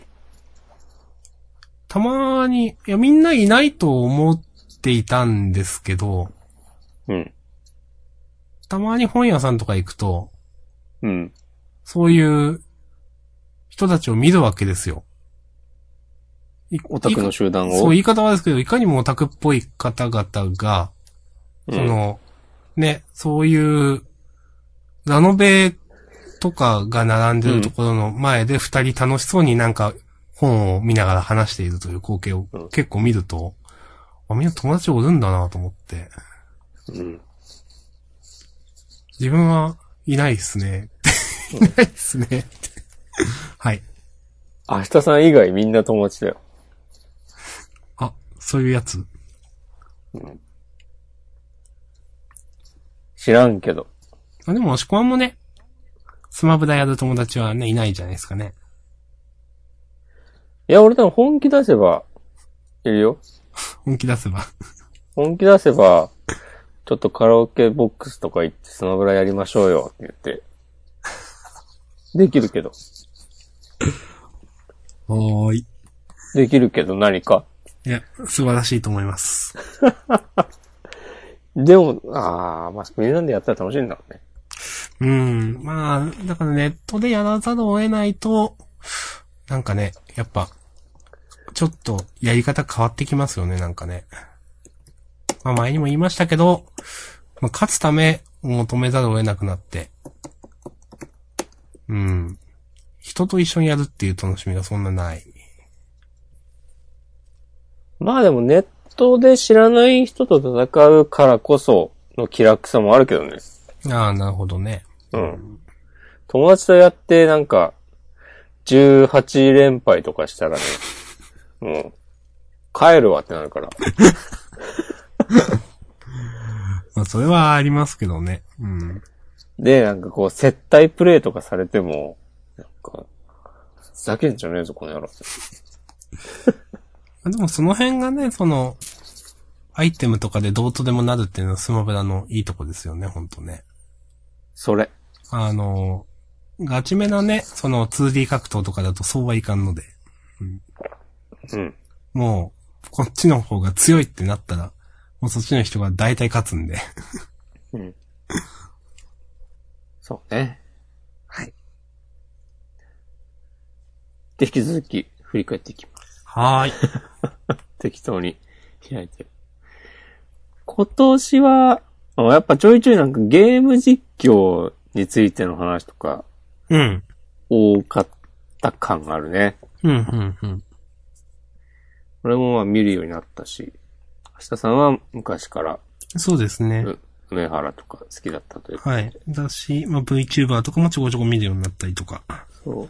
Speaker 1: たまに、いや、みんないないと思っていたんですけど、
Speaker 2: うん。
Speaker 1: たまに本屋さんとか行くと、
Speaker 2: うん。
Speaker 1: そういう人たちを見るわけですよ。い
Speaker 2: オタクの集団を。
Speaker 1: そう、言い方はですけど、いかにもオタクっぽい方々が、
Speaker 2: うん
Speaker 1: その、ね、そういう、ラノベとかが並んでるところの前で二人楽しそうになんか本を見ながら話しているという光景を
Speaker 2: うん
Speaker 1: 結構見ると、あ、みんな友達おるんだなと思って、
Speaker 2: うん。
Speaker 1: 自分はいないですね。いないですね。ってはい。
Speaker 2: 明日さん以外みんな友達だよ。
Speaker 1: あ、そういうやつ。
Speaker 2: 知らんけど。
Speaker 1: あ、でも、押し込まんもね、スマブラやる友達はね、いないじゃないですかね。
Speaker 2: いや、俺多分本気出せば、いるよ。
Speaker 1: 本気出せば。
Speaker 2: 本気出せば、ちょっとカラオケボックスとか行ってスマブラやりましょうよって言って。できるけど。
Speaker 1: おーい。
Speaker 2: できるけど何か。
Speaker 1: いや、素晴らしいと思います。
Speaker 2: でも、ああ、まあ、みんなでやったら楽しいんだろうね。
Speaker 1: うん。まあ、だからネットでやらざるを得ないと、なんかね、やっぱ、ちょっとやり方変わってきますよね、なんかね。まあ前にも言いましたけど、まあ、勝つためを求めざるを得なくなって、うん。人と一緒にやるっていう楽しみがそんなない。
Speaker 2: まあでもネットで知らない人と戦うからこその気楽さもあるけどね。
Speaker 1: ああ、なるほどね。
Speaker 2: うん。友達とやってなんか、18連敗とかしたらね、もう、帰るわってなるから。
Speaker 1: まあそれはありますけどね。うん。
Speaker 2: で、なんかこう、接待プレイとかされても、なんか、ふざけんじゃねえぞ、この野郎。
Speaker 1: でもその辺がね、その、アイテムとかでどうとでもなるっていうのはスマブラのいいとこですよね、ほんとね。
Speaker 2: それ。
Speaker 1: あの、ガチめなね、その 2D 格闘とかだとそうはいかんので、
Speaker 2: うん。
Speaker 1: もう、こっちの方が強いってなったら、もうそっちの人が大体勝つんで。
Speaker 2: うん。 [coughs] そうね。はい。で、引き続き、振り返っていきます。
Speaker 1: はーい。
Speaker 2: 適当に開いてる。今年は、あやっぱちょいちょいなんかゲーム実況についての話とか
Speaker 1: うん。
Speaker 2: 多かった感があるね。
Speaker 1: うん、うん、うん。
Speaker 2: 俺もまあ見るようになったし、明日さんは昔から
Speaker 1: そうですね。
Speaker 2: う梅原とか好きだったというか、
Speaker 1: はい。だし、まあ、VTuber とかもちょこちょこ見るようになったりとか
Speaker 2: そう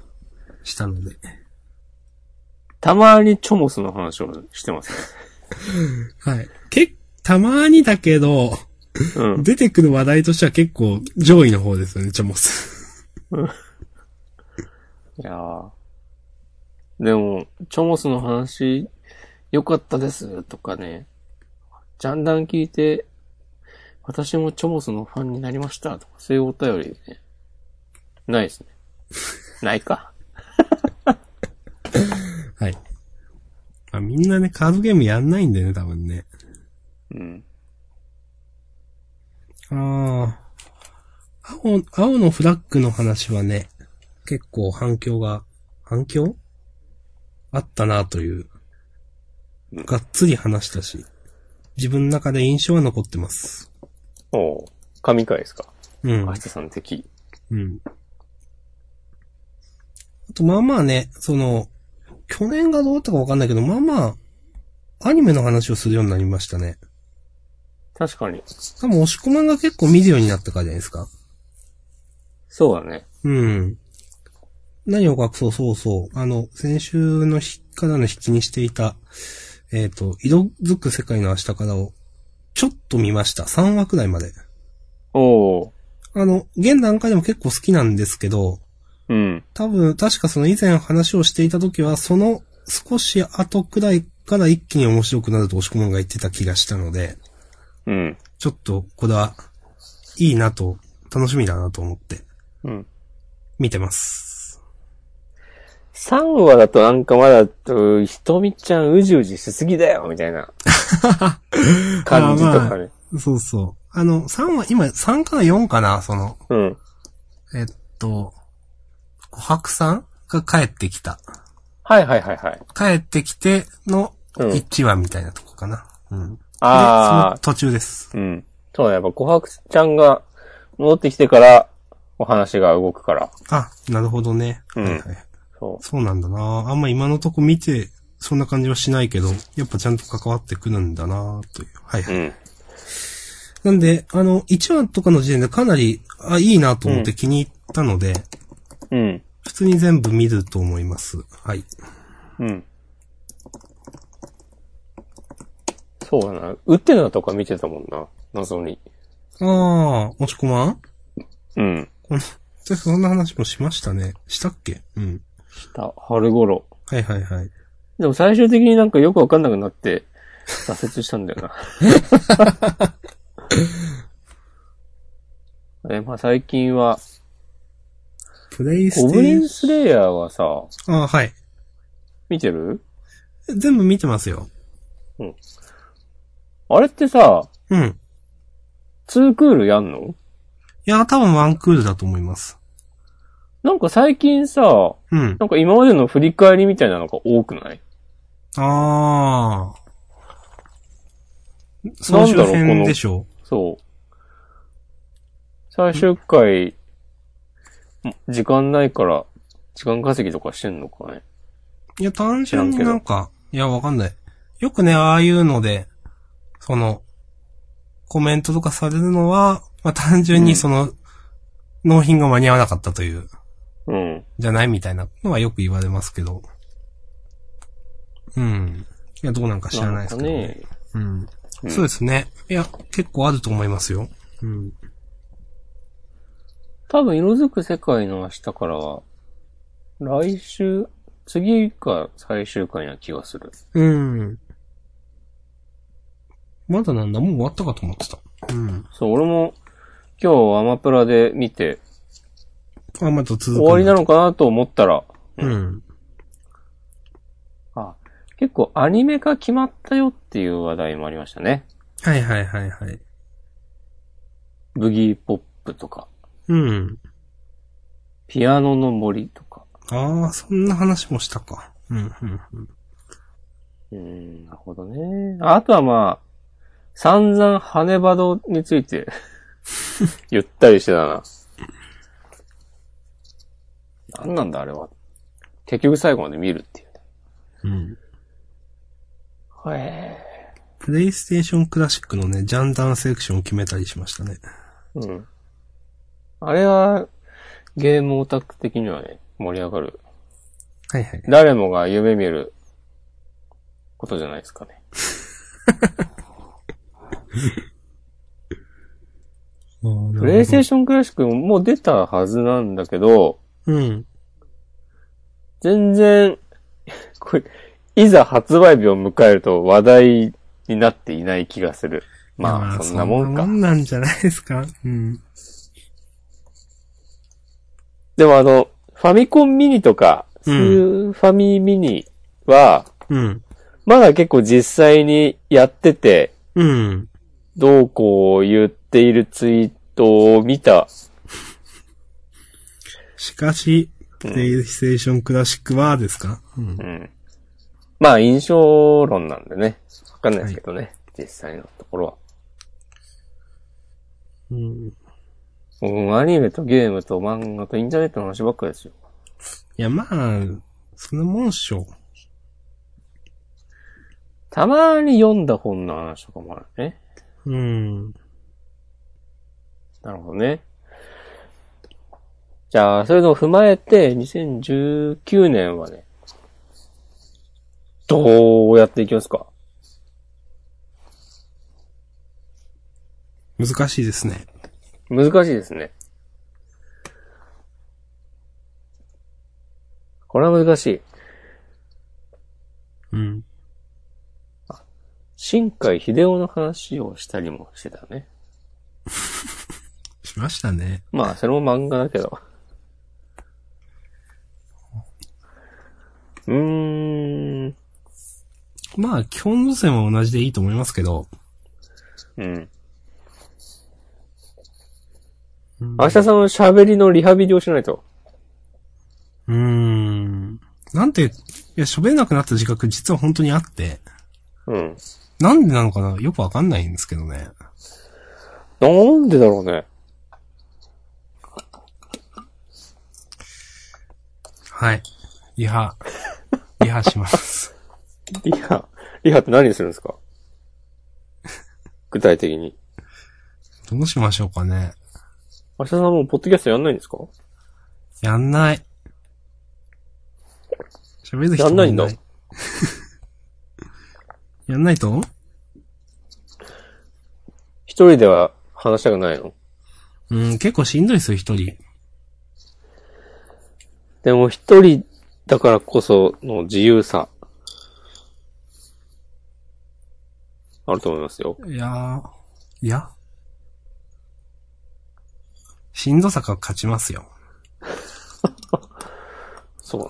Speaker 1: したので。
Speaker 2: たまにチョモ [laughs] スの話をしてますね。
Speaker 1: はい。け、たまにだけど、
Speaker 2: うん。
Speaker 1: 出てくる話題としては結構上位の方ですよね、チョモス。
Speaker 2: いやーでも、チョモスの話、良かったです、とかね。ジャンダン聞いて、私もチョモスのファンになりました、とか、そういうお便りね。ない [laughs] ですね。ないか。
Speaker 1: はい。まあ、みんなね、カードゲームやんないんだよね、多分ね。
Speaker 2: うん。
Speaker 1: ああ。青、青のフラッグの話はね、結構反響が、反響あったなという。がっつり話したし、自分の中で印象は残ってます。
Speaker 2: おう神回ですか。
Speaker 1: うん
Speaker 2: 明。日さん的。
Speaker 1: うん。あと、まあまあね、その、去年がどうだったかわかんないけど、まあまあ、アニメの話をするようになりましたね。
Speaker 2: 確かに。
Speaker 1: 多分、押し込まんが結構見るようになったからじゃないですか。
Speaker 2: そうだね。
Speaker 1: うん。何を隠そう、そうそう。あの、先週の日からの引きにしていた、えっ、と、色づく世界の明日からを、ちょっと見ました。3話くらいまで。
Speaker 2: おう
Speaker 1: あの、現段階でも結構好きなんですけど、
Speaker 2: うん。
Speaker 1: 多分、確かその以前話をしていた時は、その少し後くらいから一気に面白くなると押し込むが言ってた気がしたので、
Speaker 2: うん。
Speaker 1: ちょっと、これは、いいなと、楽しみだなと思って、
Speaker 2: うん。
Speaker 1: 見てます。
Speaker 2: 3話だとなんかまだ、うんひとみちゃんうじうじしすぎだよ、みたい [laughs] な感じとかね。
Speaker 1: そうそう。あの、3は、今、3から4かな、その、
Speaker 2: うん。
Speaker 1: えっと、琥珀さんが帰ってきた。
Speaker 2: はいはいはいはい。
Speaker 1: 帰ってきての
Speaker 2: うん
Speaker 1: 1話みたいなとこかな。うん。で
Speaker 2: あ
Speaker 1: その途中です。
Speaker 2: あ、うん。そうだ、やっぱ琥珀ちゃんが戻ってきてから、お話が動くから。
Speaker 1: あ、なるほどね。
Speaker 2: うん
Speaker 1: はいはい。
Speaker 2: そ
Speaker 1: そうなんだなあんま今のとこ見て、そんな感じはしないけど、やっぱちゃんと関わってくるんだなという。はいは
Speaker 2: う。
Speaker 1: い。
Speaker 2: うん。
Speaker 1: なんで、あの、1話とかの時点でかなり、あ、いいなと思って気に入ったので、
Speaker 2: うん。
Speaker 1: 普通に全部見ると思います。はい。
Speaker 2: うん。そうだな。打ってるのとか見てたもんな。謎に。
Speaker 1: あー、もしこまん
Speaker 2: うん。
Speaker 1: この、じゃあそんな話もしましたね。したっけうん。
Speaker 2: した、春頃。
Speaker 1: はいはいはい。
Speaker 2: でも最終的になんかよくわかんなくなって、挫折したんだよ
Speaker 1: [laughs]
Speaker 2: な。え、まあ最近は、
Speaker 1: プレイス
Speaker 2: ゴ
Speaker 1: テ
Speaker 2: ブリン
Speaker 1: ー
Speaker 2: スレイヤーはさ、
Speaker 1: あー、はい。
Speaker 2: 見てる
Speaker 1: 全部見てますよ。
Speaker 2: あれってさ、
Speaker 1: うん。
Speaker 2: ツークールやんの
Speaker 1: いやー、多分ワンクールだと思います。
Speaker 2: なんか最近さ、
Speaker 1: うん。
Speaker 2: なんか今までの振り返りみたいなのが多くない
Speaker 1: あー。総集編でしょ
Speaker 2: そう。最終回、時間ないから、時間稼ぎとかしてんのかね。
Speaker 1: いや、単純になんか、いや、わかんない。よくね、ああいうので、その、コメントとかされるのは、まあ、単純
Speaker 2: う
Speaker 1: に
Speaker 2: ん
Speaker 1: その、納品が間に合わなかったという、
Speaker 2: うん。
Speaker 1: じゃないみたいなのはよく言われますけど。うん。いや、どうなんか知らないですけどね。
Speaker 2: んかね
Speaker 1: うん。
Speaker 2: うん
Speaker 1: そうですね。いや、結構あると思いますよ。うん。
Speaker 2: 多分、色づく世界の明日からは、来週、次が最終回な気がする。
Speaker 1: うん。まだなんだ、もう終わったかと思ってた。うん。
Speaker 2: そう、俺も、今日アマプラで見て、
Speaker 1: あ、まだ続くんだ。
Speaker 2: 終わりなのかなと思ったら、
Speaker 1: うん。
Speaker 2: あ、結構アニメ化決まったよっていう話題もありましたね。
Speaker 1: はいはいはいはい。
Speaker 2: ブギーポップとか、
Speaker 1: うん。
Speaker 2: ピアノの森とか。
Speaker 1: ああ、そんな話もしたか。うん、うん、うん。
Speaker 2: うーん、なるほどね。ああとはまあ、散々羽ネバドについて、言ったりしてたな。なんなんだあれは。結局最後まで見るっていうね。
Speaker 1: うん。
Speaker 2: へ
Speaker 1: プレイステーションクラシックのね、ジャンダンセクションを決めたりしましたね。
Speaker 2: え。うん。あれは、ゲームオタク的にはね、盛り上がる。
Speaker 1: はいはい。
Speaker 2: 誰もが夢見ることじゃないですかね。
Speaker 1: プ
Speaker 2: プレイステーションクラシックももう出たはずなんだけど、
Speaker 1: うん。
Speaker 2: 全然、 [laughs] これ、いざ発売日を迎えると話題になっていない気がする。ま
Speaker 1: い
Speaker 2: あ、
Speaker 1: や
Speaker 2: そんなもんか
Speaker 1: そ。んなもんなんじゃないですか。うん。
Speaker 2: でもあの、ファミコンミニとか、ス
Speaker 1: うん
Speaker 2: ーファミミニは、
Speaker 1: うん。
Speaker 2: まだ結構実際にやってて、
Speaker 1: うん。
Speaker 2: どうこう言っているツイートを見た。
Speaker 1: しかし、プレイステーションクラシックはですかうん
Speaker 2: う。ん。まあ、印象論なんでね。わかんないですけどね。実際のところは。
Speaker 1: うん。い
Speaker 2: うん、アニメとゲームと漫画とインターネットの話ばっかりですよ。
Speaker 1: や、まあ、そのもんっしょ。
Speaker 2: たまに読んだ本の話とかもあるね。
Speaker 1: うん。
Speaker 2: なるほどね。じゃあ、そういうのを踏まえて、2019年はね、どうやっていきますか
Speaker 1: 難しいですね。
Speaker 2: 難しいですね。これは難しい。
Speaker 1: うん。
Speaker 2: 新海秀夫の話をしたりもしてたね。
Speaker 1: しましたね。
Speaker 2: まあ、それも漫画だけど。うーん。
Speaker 1: まあ、基本路線は同じでいいと思いますけど。
Speaker 2: うん。
Speaker 1: うん
Speaker 2: 明日さんの喋りのリハビリをしないと。
Speaker 1: うーん。なんて、いや、喋れなくなった自覚実は本当にあって、
Speaker 2: うん。
Speaker 1: なんでなのかなよくわかんないんですけどね。
Speaker 2: なんでだろうね。
Speaker 1: はい。リハ、リハし [laughs] ます。
Speaker 2: リハ、リハって何するんですか具体的に。
Speaker 1: どうしましょうかね。
Speaker 2: 明日さんもうポッドキャストやんないんですか
Speaker 1: やんない。喋る人
Speaker 2: やんないんだ
Speaker 1: も。 [laughs] やんないと
Speaker 2: 一人では話したくないの
Speaker 1: うん、結構しんどいですよ、一人。
Speaker 2: でも一人だからこその自由さ。あると思いますよ。
Speaker 1: いやー、いや。しんどさが勝ちますよ。
Speaker 2: そう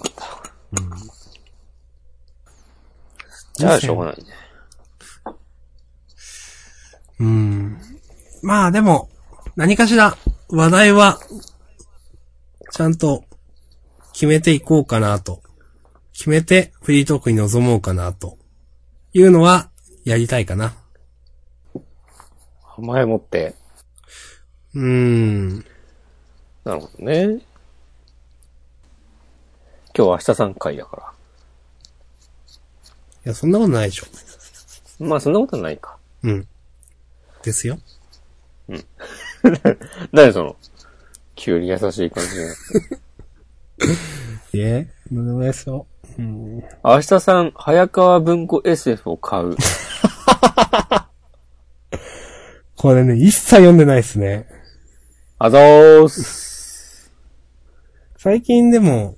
Speaker 2: なんだ。じゃあしょうがないね。
Speaker 1: うん。まあでも、何かしら話題は、ちゃんと決めていこうかなと。決めてフリートークに臨もうかなと。いうのは、やりたいかな。
Speaker 2: 前もって。
Speaker 1: うーん。
Speaker 2: なるほどね。今日は明日さん会だから。
Speaker 1: いや、そんなことないでしょ。
Speaker 2: まあそんなことないか。
Speaker 1: うん。ですよ。
Speaker 2: 何その、急に優しい感じで。
Speaker 1: いえ、無駄ですよ。うん。
Speaker 2: 明日さん、早川文庫 SF を買う。
Speaker 1: これね、一切読んでないですね。
Speaker 2: あざーす。
Speaker 1: 最近でも、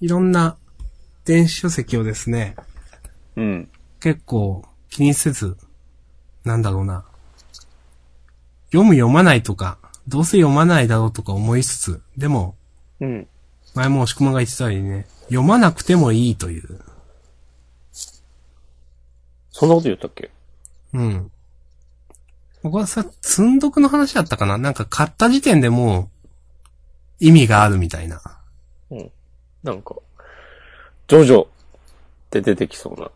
Speaker 1: いろんな電子書籍をですね、
Speaker 2: うん。
Speaker 1: 結構気にせず、なんだろうな。読む読まないとか、どうせ読まないだろうとか思いつつ、でも、
Speaker 2: うん。
Speaker 1: 前も押し込まが言ってたようにね、読まなくてもいいという。
Speaker 2: そんなこと言ったっけ
Speaker 1: うん。僕はさ、積んどくの話だったかななんか買った時点でもう、意味があるみたいな。
Speaker 2: うん。なんか、ジョジョって出てきそうな。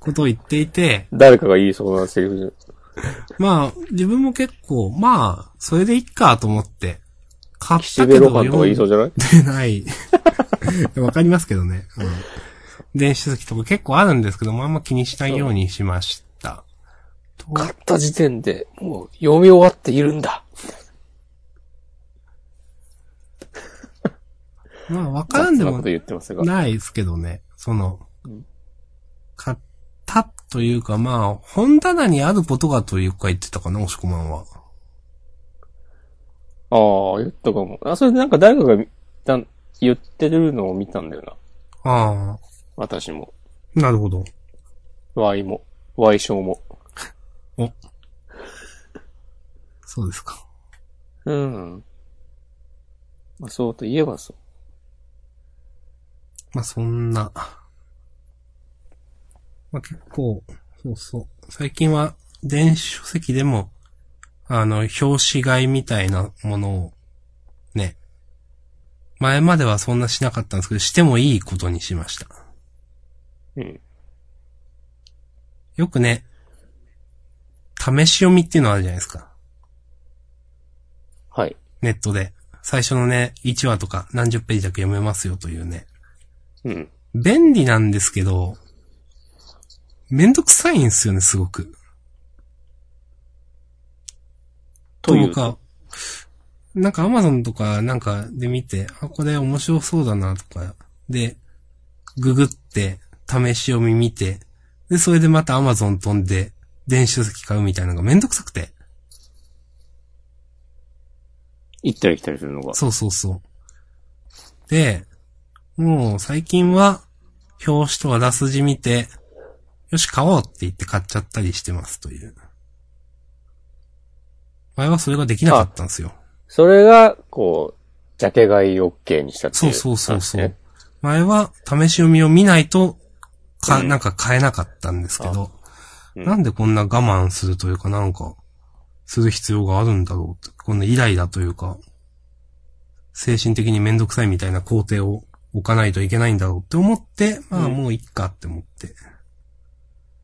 Speaker 1: ことを言っていて、
Speaker 2: 誰かが言いそうなセリフじ
Speaker 1: まあ、自分も結構、まあ、それでいっかと思って、買っ
Speaker 2: ゃん。岸
Speaker 1: たけ
Speaker 2: 辺
Speaker 1: ど
Speaker 2: 露伴とか
Speaker 1: 読
Speaker 2: 言
Speaker 1: ん
Speaker 2: いそうじゃない
Speaker 1: ってない。わかりますけどね。うん電子書籍とか結構あるんですけども、あんま気にしないようにしました。と
Speaker 2: 買った時点で、もう読み終わっているんだ。
Speaker 1: まあ、わからんで
Speaker 2: そな
Speaker 1: も
Speaker 2: こと言ってますが。
Speaker 1: ないですけどね。その
Speaker 2: うん、
Speaker 1: 買ったというか、まあ、本棚にあることがというか言ってたかな、押し込まんは。
Speaker 2: ああ、言ったかも。あ、それでなんか誰かが言った言ってるのを見たんだよな。
Speaker 1: あ
Speaker 2: 私も。
Speaker 1: あ、なるほど。
Speaker 2: Y も。Y 賞も。
Speaker 1: そうですか。
Speaker 2: うん。まあ、そうと言えばそう。
Speaker 1: まあ、そんな。まあ、結構、そうそう。最近は、電子書籍でも、あの、表紙買いみたいなものを、ね。前まではそんなしなかったんですけど、してもいいことにしました。
Speaker 2: うん。
Speaker 1: よくね、試し読みっていうのあるじゃないですか。
Speaker 2: はい。
Speaker 1: ネットで。最初のね、1話とか何十ページだけ読めますよというね。
Speaker 2: うん。
Speaker 1: 便利なんですけど、めんどくさいんですよね、すごく。
Speaker 2: という
Speaker 1: か、なんか Amazon とかなんかで見て、あ、これ面白そうだなとか、で、ググって、試し読み見て、で、それでまた Amazon 飛んで、電子書籍買うみたいなのがめんどくさくて。
Speaker 2: 行ったり来たりするのが。
Speaker 1: そうそうそう。で、もう最近は、表紙とあらすじ見て、よし、買おうって言って買っちゃったりしてますという。前はそれができなかったんですよ。
Speaker 2: それが、こう、ジャケ買い OK にしたってい
Speaker 1: そう
Speaker 2: う。
Speaker 1: そうそうそ
Speaker 2: あ
Speaker 1: う
Speaker 2: ね。
Speaker 1: 前は試し読みを見ないと、か、
Speaker 2: うん
Speaker 1: なんか買えなかったんですけど、
Speaker 2: うん
Speaker 1: なんでこんな我慢するというかなんか、する必要があるんだろうって、こんなイライラというか、精神的にめんどくさいみたいな工程を置かないといけないんだろうって思って、まあ
Speaker 2: うん
Speaker 1: もういっかって思って。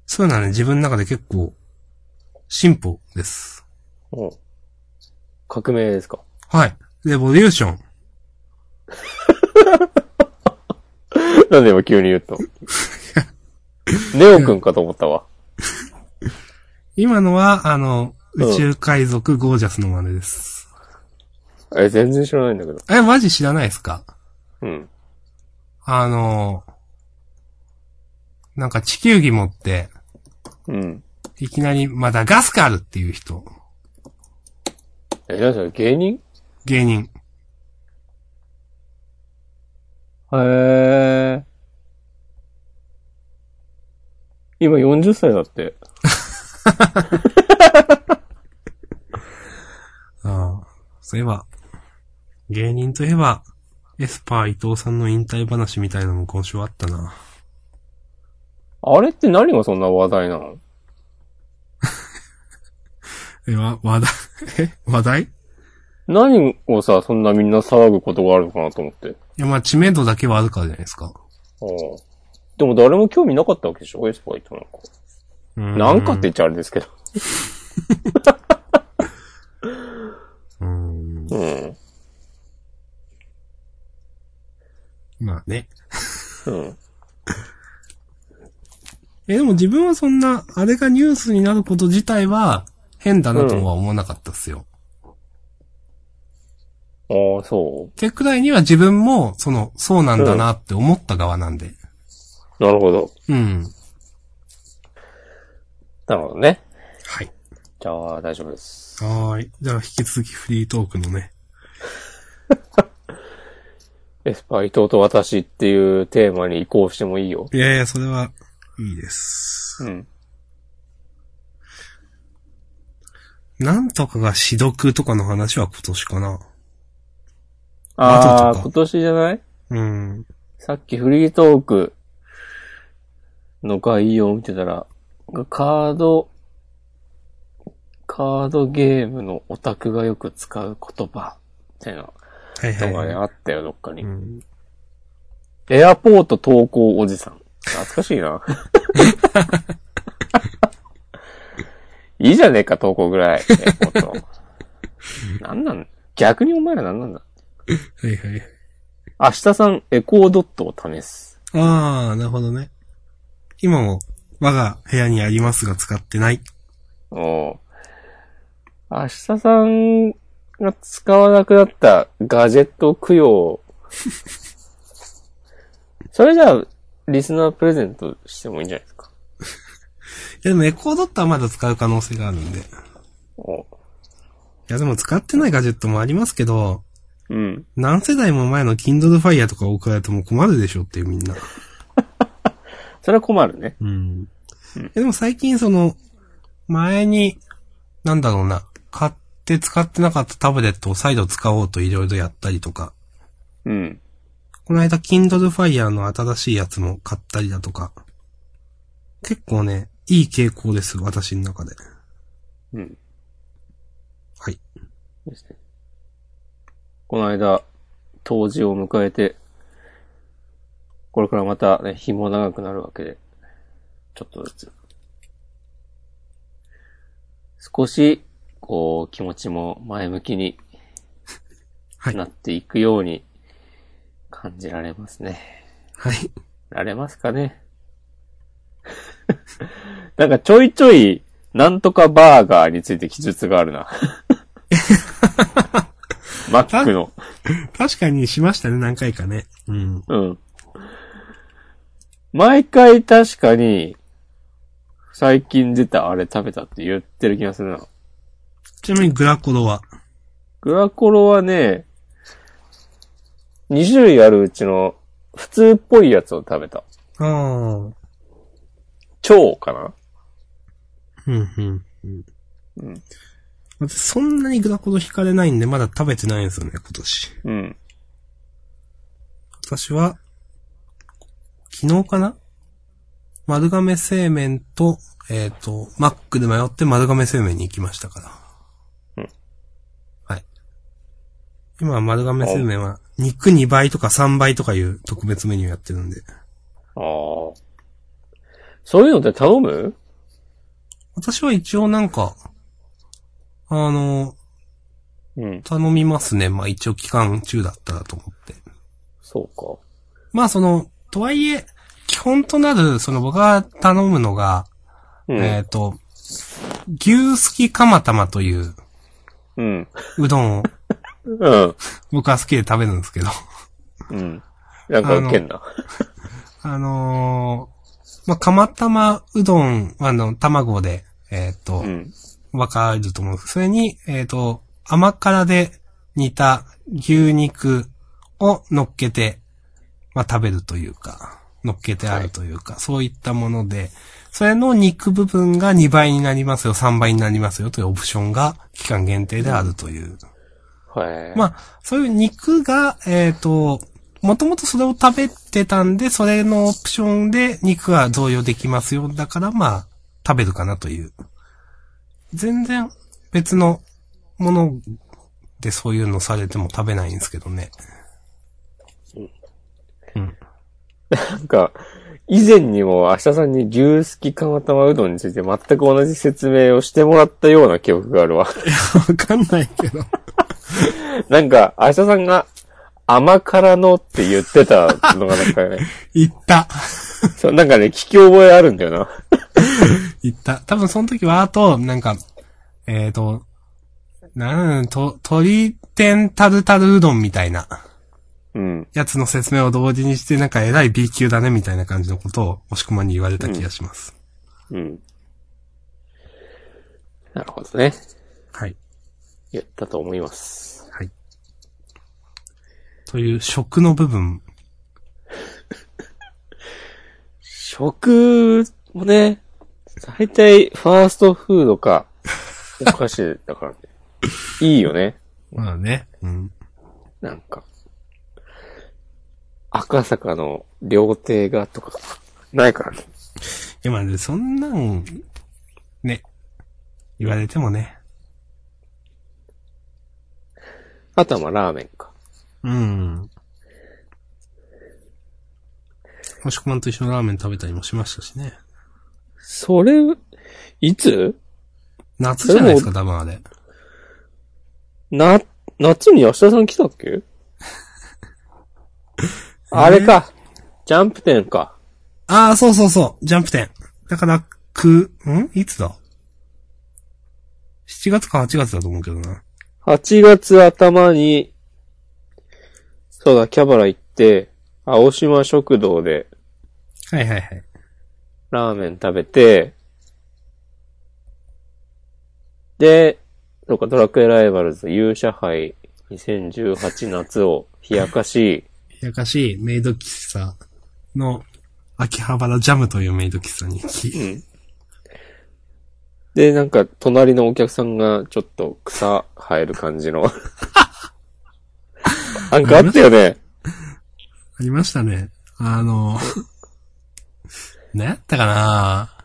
Speaker 1: そういうのはね、自分の中で結構、進歩です。
Speaker 2: うん革命です [laughs] か。
Speaker 1: はい。レボリューション。
Speaker 2: なんで今急に
Speaker 1: [laughs]
Speaker 2: 言ったのネオくんかと思ったわ。
Speaker 1: 今のは、あの、
Speaker 2: うん
Speaker 1: 宇宙海賊ゴージャスの真似です。
Speaker 2: え、全然知らないんだけど。
Speaker 1: え、マジ知らないですか
Speaker 2: うん。
Speaker 1: あの、なんか地球儀持って、
Speaker 2: うん。
Speaker 1: いきなりマダガスカルっていう人、
Speaker 2: え、なにそれ芸人
Speaker 1: 芸人。
Speaker 2: へえ。今40歳だって。
Speaker 1: ああそういえば、芸人といえば、エスパー伊藤さんの引退話みたいなのも今週あったな。
Speaker 2: あれって何がそんな話題なの
Speaker 1: え、わ、話題、え、話題い
Speaker 2: 何をさ、そんなみんな騒ぐことがあるのかなと思って。
Speaker 1: や、まあ知名度だけはあるからじゃないですか。
Speaker 2: うんでも誰も興味なかったわけでしょエスパー行ったなんか。
Speaker 1: うん
Speaker 2: なんかって言っちゃあれですけど。
Speaker 1: うん。
Speaker 2: うん。
Speaker 1: まあね。
Speaker 2: うん。
Speaker 1: え、でも自分はそんな、あれがニュースになること自体は、変だなとは思わなかったっすよ。
Speaker 2: ああ、そ
Speaker 1: ってくらいには自分も、その、そうなんだなって思った側なんで。
Speaker 2: う。なるほど。
Speaker 1: うん。
Speaker 2: なるほどね。
Speaker 1: はい。
Speaker 2: じゃあ、大丈夫です。
Speaker 1: はーい。じゃあ、引き続きフリートークのね。
Speaker 2: エスパー伊藤と私っていうテーマに移行してもいいよ。
Speaker 1: いやいや、それは、いいです。
Speaker 2: うん。
Speaker 1: なんとかが死読とかの話は今年かな。
Speaker 2: あ
Speaker 1: あと
Speaker 2: あ、
Speaker 1: とか
Speaker 2: 今年じゃない
Speaker 1: うん。
Speaker 2: さっきフリートークの概要を見てたら、カード、カードゲームのオタクがよく使う言葉、みたいな
Speaker 1: はいはい、
Speaker 2: のがね、
Speaker 1: は
Speaker 2: あったよ、どっかに
Speaker 1: い。う。ん。
Speaker 2: エアポート投稿おじさん。懐かしいな。いいじゃねえか、投稿ぐらい。エアポート。
Speaker 1: [laughs]
Speaker 2: なんなん逆にお前らなんなんだ
Speaker 1: はいはい。
Speaker 2: 明日さん、エコードットを試す。
Speaker 1: あー、なるほどね。今も、我が部屋にありますが使ってない。
Speaker 2: お明日さんが使わなくなったガジェット供養。 [laughs] それじゃあ、リスナープレゼントしてもいいんじゃないですか。
Speaker 1: いや、でもエコードットはまだ使う可能性があるんで。
Speaker 2: お
Speaker 1: や、でも使ってないガジェットもありますけど、
Speaker 2: うん。
Speaker 1: 何世代も前の Kindle Fire とか送られても困るでしょっていうみんな。
Speaker 2: それは困るね。
Speaker 1: うん。えでも最近その、前に、なんだろうな、買って使ってなかったタブレットを再度使おうといろいろやったりとか、
Speaker 2: うん。
Speaker 1: この間 Kindle Fire の新しいやつも買ったりだとか、結構ね、いい傾向です、私の中で。
Speaker 2: うん。
Speaker 1: はい。
Speaker 2: ですね。この間、冬至を迎えて、これからまたね、日も長くなるわけで、ちょっとずつ。少し、こう、気持ちも前向きに
Speaker 1: はい
Speaker 2: なっていくように感じられますね。
Speaker 1: はい。
Speaker 2: なれますかね。 [laughs] なんかちょいちょい、なんとかバーガーについて記述があるな。 [laughs] マックの。
Speaker 1: 確かにしましたね、何回かね。うん。
Speaker 2: うん。毎回確かに、最近出たあれ食べたって言ってる気がするな。
Speaker 1: ちなみにグラコロは、
Speaker 2: グラコロはね、2種類あるうちの普通っぽいやつを食べた。
Speaker 1: ああ、
Speaker 2: 蝶かな
Speaker 1: うんうん。
Speaker 2: うん。
Speaker 1: 私そんなにグラコロ惹かれないんで、まだ食べてないんですよね、今年。
Speaker 2: うん。
Speaker 1: 私は、昨日かな丸亀製麺と、えっ、と、マックで迷って丸亀製麺に行きましたから。
Speaker 2: うん
Speaker 1: はい。今丸亀製麺は、肉2倍とか3倍とかいう特別メニューやってるんで。
Speaker 2: ああ。そういうのって頼む
Speaker 1: 私は一応なんか、あの、
Speaker 2: うん。
Speaker 1: 頼みますね。まあ一応期間中だったらと思って。
Speaker 2: そうか。
Speaker 1: まあその、とはいえ、基本となる、その僕が頼むのが、
Speaker 2: うん。
Speaker 1: えっ、と、牛すき釜玉という
Speaker 2: うん。
Speaker 1: うど
Speaker 2: [laughs]
Speaker 1: んを
Speaker 2: うん。
Speaker 1: 僕は好きで食べるんですけど、
Speaker 2: うん。なんかウケんな。
Speaker 1: あのーまあ、釜玉うどん、あの、卵で、えっ、と
Speaker 2: う、ん。
Speaker 1: わかると思うんです。それに、えっ、と、甘辛で煮た牛肉を乗っけて、まあ、食べるというか、乗っけてあるというか、そういったもので、それの肉部分が2倍になりますよ、3倍になりますよというオプションが期間限定であるという。
Speaker 2: はい。
Speaker 1: まあ、そういう肉が、えっ、と、もともとそれを食べてたんで、それのオプションで肉が増用できますよ。だからまあ、食べるかなという。全然別のものでそういうのされても食べないんですけどね。うん。
Speaker 2: なんか、以前にも明日さんに牛すき釜玉うどんについて全く同じ説明をしてもらったような記憶があるわ。 [laughs]
Speaker 1: わかんないけ [laughs] ど。
Speaker 2: なんか、明日さんが甘辛のって言ってたのがなんか
Speaker 1: [laughs]
Speaker 2: ね、
Speaker 1: 言った。
Speaker 2: そう、なんかね、聞き覚えあるんだよな。
Speaker 1: 言った。多分その時は、あと、なんか、えっ、と、なん、と、鶏天タルタルうどんみたいな。
Speaker 2: うん。
Speaker 1: やつの説明を同時にして、なんか偉い B 級だねみたいな感じのことを、押し込まんに言われた気がします。
Speaker 2: うん。なるほどね。
Speaker 1: はい。
Speaker 2: 言ったと思います。
Speaker 1: はい。という、食の部分。
Speaker 2: 食もね、大体ファーストフードか、お菓子だからね。いいよね。
Speaker 1: まあね。うん。
Speaker 2: なんか。赤坂の料亭がとか、ないからね。
Speaker 1: いや、まあね、そんなん、ね、言われてもね。
Speaker 2: あとはまあラーメンか。
Speaker 1: うん。押し込まんと一緒のラーメン食べたりもしましたしね。
Speaker 2: それ、いつ
Speaker 1: 夏じゃないですか、多分あれ。
Speaker 2: な、夏に明日さん来たっけあれか。ジャンプ店か。
Speaker 1: ああ、そうそうそう、ジャンプ店。だから、く、んいつだ ?7 月か8月だと思うけどな。
Speaker 2: 8月頭に、そうだ、キャバラ行って、青島食堂で
Speaker 1: はいはいはい。
Speaker 2: ラーメン食べて、で、とかドラクエライバルズ、勇者杯、2018夏を、冷やかし、
Speaker 1: やかし、メイド喫茶の秋葉原ジャムというメイド喫茶に行き、
Speaker 2: で、なんか、隣のお客さんが、ちょっと草生える感じの。なんかあったよね。
Speaker 1: ありましたね。あの、何やったかな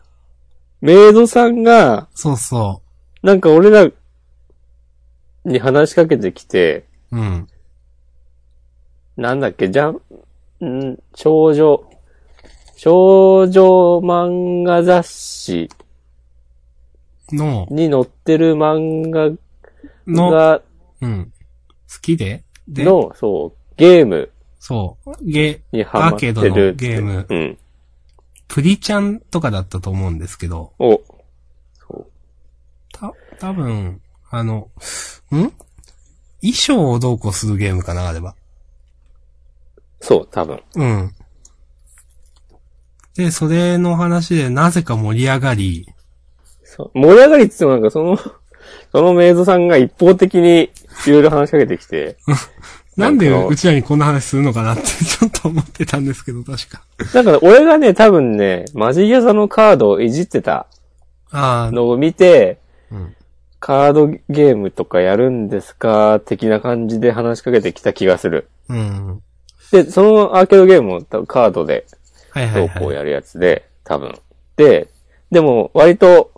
Speaker 2: メイドさんが、
Speaker 1: そうそ
Speaker 2: なんか俺らに話しかけてきて、
Speaker 1: う。うん。
Speaker 2: なんだっけ、じゃん、ん少女、少女漫画雑誌
Speaker 1: の、
Speaker 2: に載ってる漫画
Speaker 1: の、
Speaker 2: が、
Speaker 1: うん。好きでで、
Speaker 2: の、そう、ゲーム
Speaker 1: そう。ゲ、
Speaker 2: にハマってる
Speaker 1: アーケードのゲーム
Speaker 2: うん。
Speaker 1: プリちゃんとかだったと思うんですけど、
Speaker 2: お。そう。
Speaker 1: た、多分あの、ん衣装をどうこうするゲームかな、あれば。
Speaker 2: そう、多分。
Speaker 1: うん。で、それの話でなぜか盛り上がり、
Speaker 2: そう盛り上がりっつってもなんかその、 [laughs] そのメイドさんが一方的にいろいろ話しかけて
Speaker 1: [laughs]
Speaker 2: きて、
Speaker 1: なんで
Speaker 2: なんか
Speaker 1: うちらにこんな話するのかなって [laughs] ちょっと思ってたんですけど、確か。
Speaker 2: なんかね俺がね、多分ね、マジギャザのカードをいじってた
Speaker 1: ああ、
Speaker 2: のを見て、
Speaker 1: うん。
Speaker 2: カードゲームとかやるんですか的な感じで話しかけてきた気がする。
Speaker 1: うん。
Speaker 2: で、そのアーケードゲームも多分カードで
Speaker 1: はいは
Speaker 2: ど
Speaker 1: いう
Speaker 2: こう
Speaker 1: はい。
Speaker 2: やるやつで、多分。で、でも割と、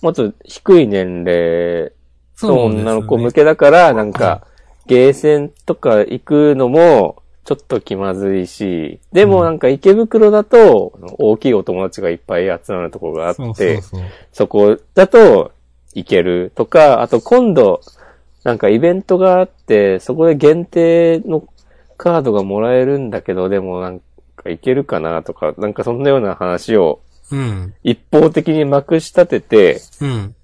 Speaker 2: もっと低い
Speaker 1: なん
Speaker 2: 年齢の
Speaker 1: ですよね
Speaker 2: 女の子向けだから、なんか、ゲーセンとか行くのも、ちょっと気まずいし、でもなんか池袋だと、大きいお友達がいっぱい集まるとこがあって、
Speaker 1: そ
Speaker 2: そう
Speaker 1: そうそう。
Speaker 2: こだと行けるとか、あと今度、なんかイベントがあって、そこで限定のカードがもらえるんだけど、でもなんか行けるかなとか、なんかそんなような話を
Speaker 1: うん。
Speaker 2: 一方的にまくし立てて、
Speaker 1: うん。